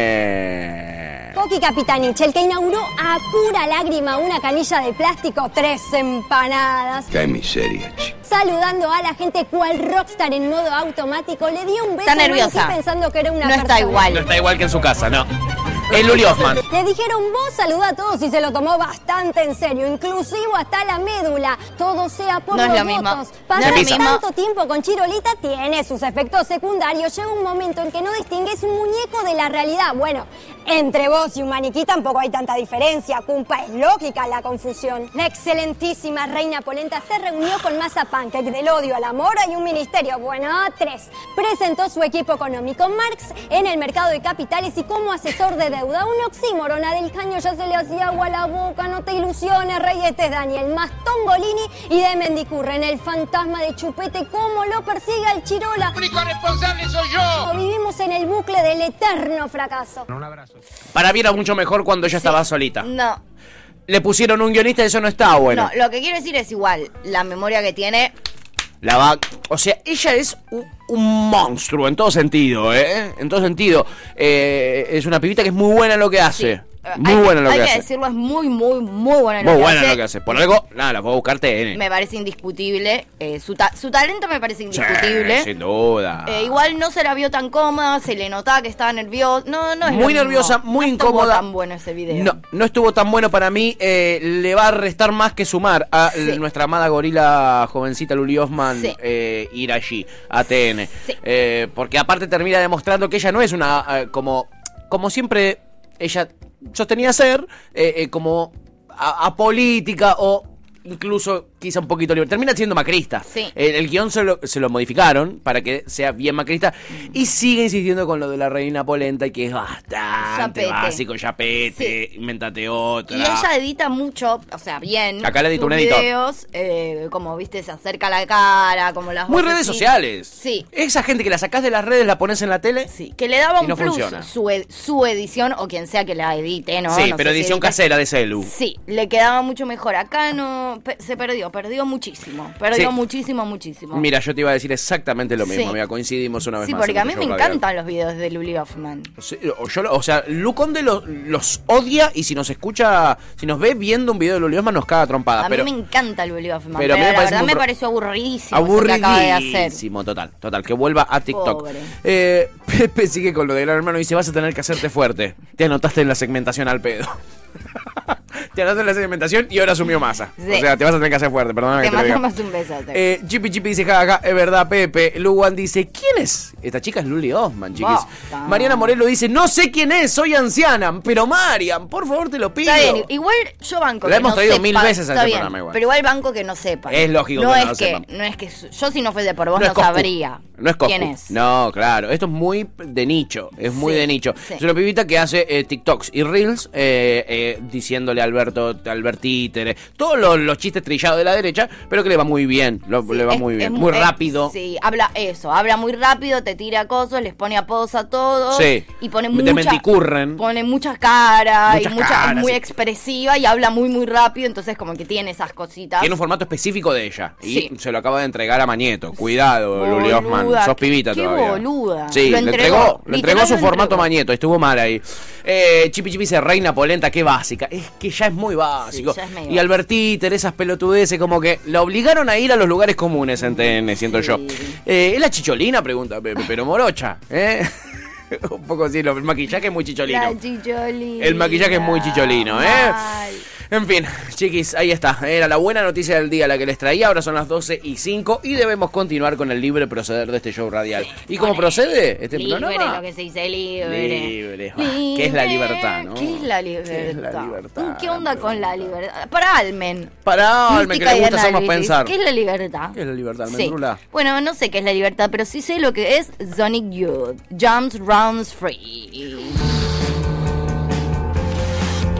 TN?
Coqui Capitanich, el que inauguró a pura lágrima una canilla de plástico, tres empanadas.
Qué miseria, chico.
Saludando a la gente cual rockstar en modo automático, le dio un beso
Está
Pues
nerviosa.
a Nancy pensando que era una
No está
persona.
No está igual que en su casa, no. Es Luli Hoffman.
Le dijeron vos saluda a todos y se lo tomó bastante en serio, inclusivo hasta la médula. Todo sea Ah, por
No es
los
lo mismo.
votos.
No es
Pasar
lo mismo.
tanto tiempo con Chirolita tiene sus efectos secundarios. Llega un momento en que no distingues un muñeco de la realidad. Bueno, entre vos y un maniquí tampoco hay tanta diferencia, cumpa. Es lógica la confusión. La excelentísima reina Polenta se reunió con Massa Pancake del odio al amor y un ministerio. Bueno, tres. Presentó su equipo económico. Marx en el mercado de capitales y como asesor de deuda. Un oxímoron a del caño ya se le hacía agua a la boca. No te ilusiones, Rey. Este es Daniel. Más Tongolini y de Mendicurren. El fantasma de Chupete. ¿Cómo lo persigue al Chirola? El único responsable soy yo. Vivimos en el bucle del eterno fracaso.
Para mí era mucho mejor cuando ella estaba solita.
No,
Le pusieron un guionista y eso no estaba bueno.
no, lo que quiero decir es igual, la memoria que tiene,
La va. O sea, ella es un, un monstruo en todo sentido, ¿eh? En todo sentido. Eh, es una pibita que es muy buena en lo que hace. Muy
Eh, hay,
buena en lo
hay
que
que,
hace.
decirlo, es muy, muy, muy buena en
Muy
lo que
buena en
hace.
lo que hace. Por algo, nada, la puedo buscar TN.
Me parece indiscutible, eh, su, ta- su talento me parece
Sí,
indiscutible.
sin duda.
Eh, igual no se la vio tan cómoda, se le notaba que estaba nerviosa. No, no es
Muy
lo mismo.
nerviosa, muy
No estuvo
incómoda.
tan bueno ese video.
No, no estuvo tan bueno para mí. eh, le va a restar más que sumar a l- nuestra amada gorila jovencita Luli Osman
Sí.
eh, ir allí, a TN. Eh, porque aparte termina demostrando que ella no es una. eh, como, como siempre ella sostenía ser, eh, eh, como a- apolítica o. Incluso quizá un poquito libre. Termina siendo macrista.
Sí.
Eh, El, guión se lo, se lo modificaron para que sea bien macrista.
Mm.
Y sigue insistiendo con lo de la reina polenta y que es bastante
Chapete.
básico. Ya pete, inventate otra.
Y ella edita mucho, o sea, bien.
Acá la edita
sus
un editor.
videos, eh, como viste, se acerca la cara, como las
Muy
voces,
redes
sí.
sociales.
Sí.
Esa gente que la sacás de las redes, la pones en la tele.
Sí. Que le daba
Y
un
no
plus
funciona.
su, ed- su edición, o quien sea que la edite, ¿no?
sí,
No
pero
sé si
edición
edita.
casera de celu.
Sí, le quedaba mucho mejor. Acá no. pe- se perdió, perdió muchísimo. Perdió
Sí.
muchísimo, muchísimo.
Mira, yo te iba a decir exactamente lo mismo.
Sí.
Mira, coincidimos una vez
sí,
más.
porque a
en
mí
tu
me
show, Gabriel.
encantan los videos de Luli Hoffman.
Sí, o, yo lo- o sea, Luconde los, los odia y si nos escucha, si nos ve viendo un video de Luli Osman nos caga trompada.
A
Ah, pero
mí me encanta Luli Hoffman. Pero,
pero a mí me
la
parece
verdad
muy
me
pro-
pareció aburridísimo. eso que acaba de hacer.
aburridísimo, total, total, que vuelva a TikTok.
Pobre.
Eh, Pepe sigue con lo de Gran Hermano y dice, vas a tener que hacerte fuerte. Te anotaste en la segmentación al pedo. te anotaste en la segmentación y ahora asumió masa.
Sí.
O sea, te vas a tener que hacer fuerte, perdóname
Te
que te lo diga.
mandamos un besote.
Eh, Chipi Chipi dice, jaja, es verdad, Pepe. Luwan dice, ¿quién es? Esta chica es Luli Osman, chiquis.
Basta.
Mariana Morelo dice, no sé quién es, soy anciana, pero Marian, por favor te lo pido.
Está bien, igual yo banco.
La
que
hemos
no
traído
sepa-
mil veces a
está
este
bien,
programa igual.
Pero igual banco que no sepa.
Es lógico
no
que
es
no
que,
sepan.
No es que su- yo si no fuese por vos
No
no,
es Coscu.
sabría.
No es Coscu.
¿Quién es?
No, claro. Esto es muy de nicho. Es muy de nicho.
sí.
Es una pibita que hace eh, TikToks y Reels eh, eh, diciéndole a Alberto, Albertítere, todos los, los chistes trillados de la derecha, pero que le va muy bien. lo- le va muy
Es
bien. muy
eh,
rápido.
Sí, habla eso, habla muy rápido, te tira cosas, les pone apodos a todos.
Sí.
Y pone
Te
mucha-
menticurren.
Pone muchas caras
Muchas
y mucha,
caras,
es muy
sí.
expresiva y habla muy, muy rápido, entonces como que tiene esas cositas.
Tiene un formato específico de ella. Y
Sí.
se lo acaba de entregar a Mañeto. Cuidado, Luli
Boluda,
Osman. Sos pibita
qué
todavía.
boluda.
Sí,
Lo
le
entregó,
entregó, le entregó
literal
su
lo
formato
entregó.
Mañeto, estuvo mal ahí. Eh, Chipi Chipi dice reina polenta, qué básica. Es que ya es muy básico.
ya es medio
y Albertíter, esas pelotudeces, como que la obligaron a ir a los lugares comunes en TN, siento yo. Eh, ¿Es la chicholina? Pregunta, Pepe, pero morocha, ¿eh? Un poco así, lo- el maquillaje es muy chicholino.
La chicholina.
El maquillaje es muy chicholino, ¿eh? En fin, chiquis, ahí está. Era la buena noticia del día la que les traía. Ahora son las 12 y 5 y debemos continuar con el libre proceder de este show radial. ¿Y cómo procede este
libre,
programa?
lo que se dice libre.
Libre. Ah, ¿Qué es la libertad, no?
¿Qué es la libertad?
¿Qué es la libertad?
¿Qué onda con la libertad? Para Almen.
Para Almen,
Mística
que le
y
gusta hacernos
análisis.
pensar.
¿Qué es la libertad?
¿Qué es la libertad,
Sí.
Mendrula?
Bueno, no sé qué es la libertad, pero sí sé lo que es Sonic Youth. Jumps Rounds Free.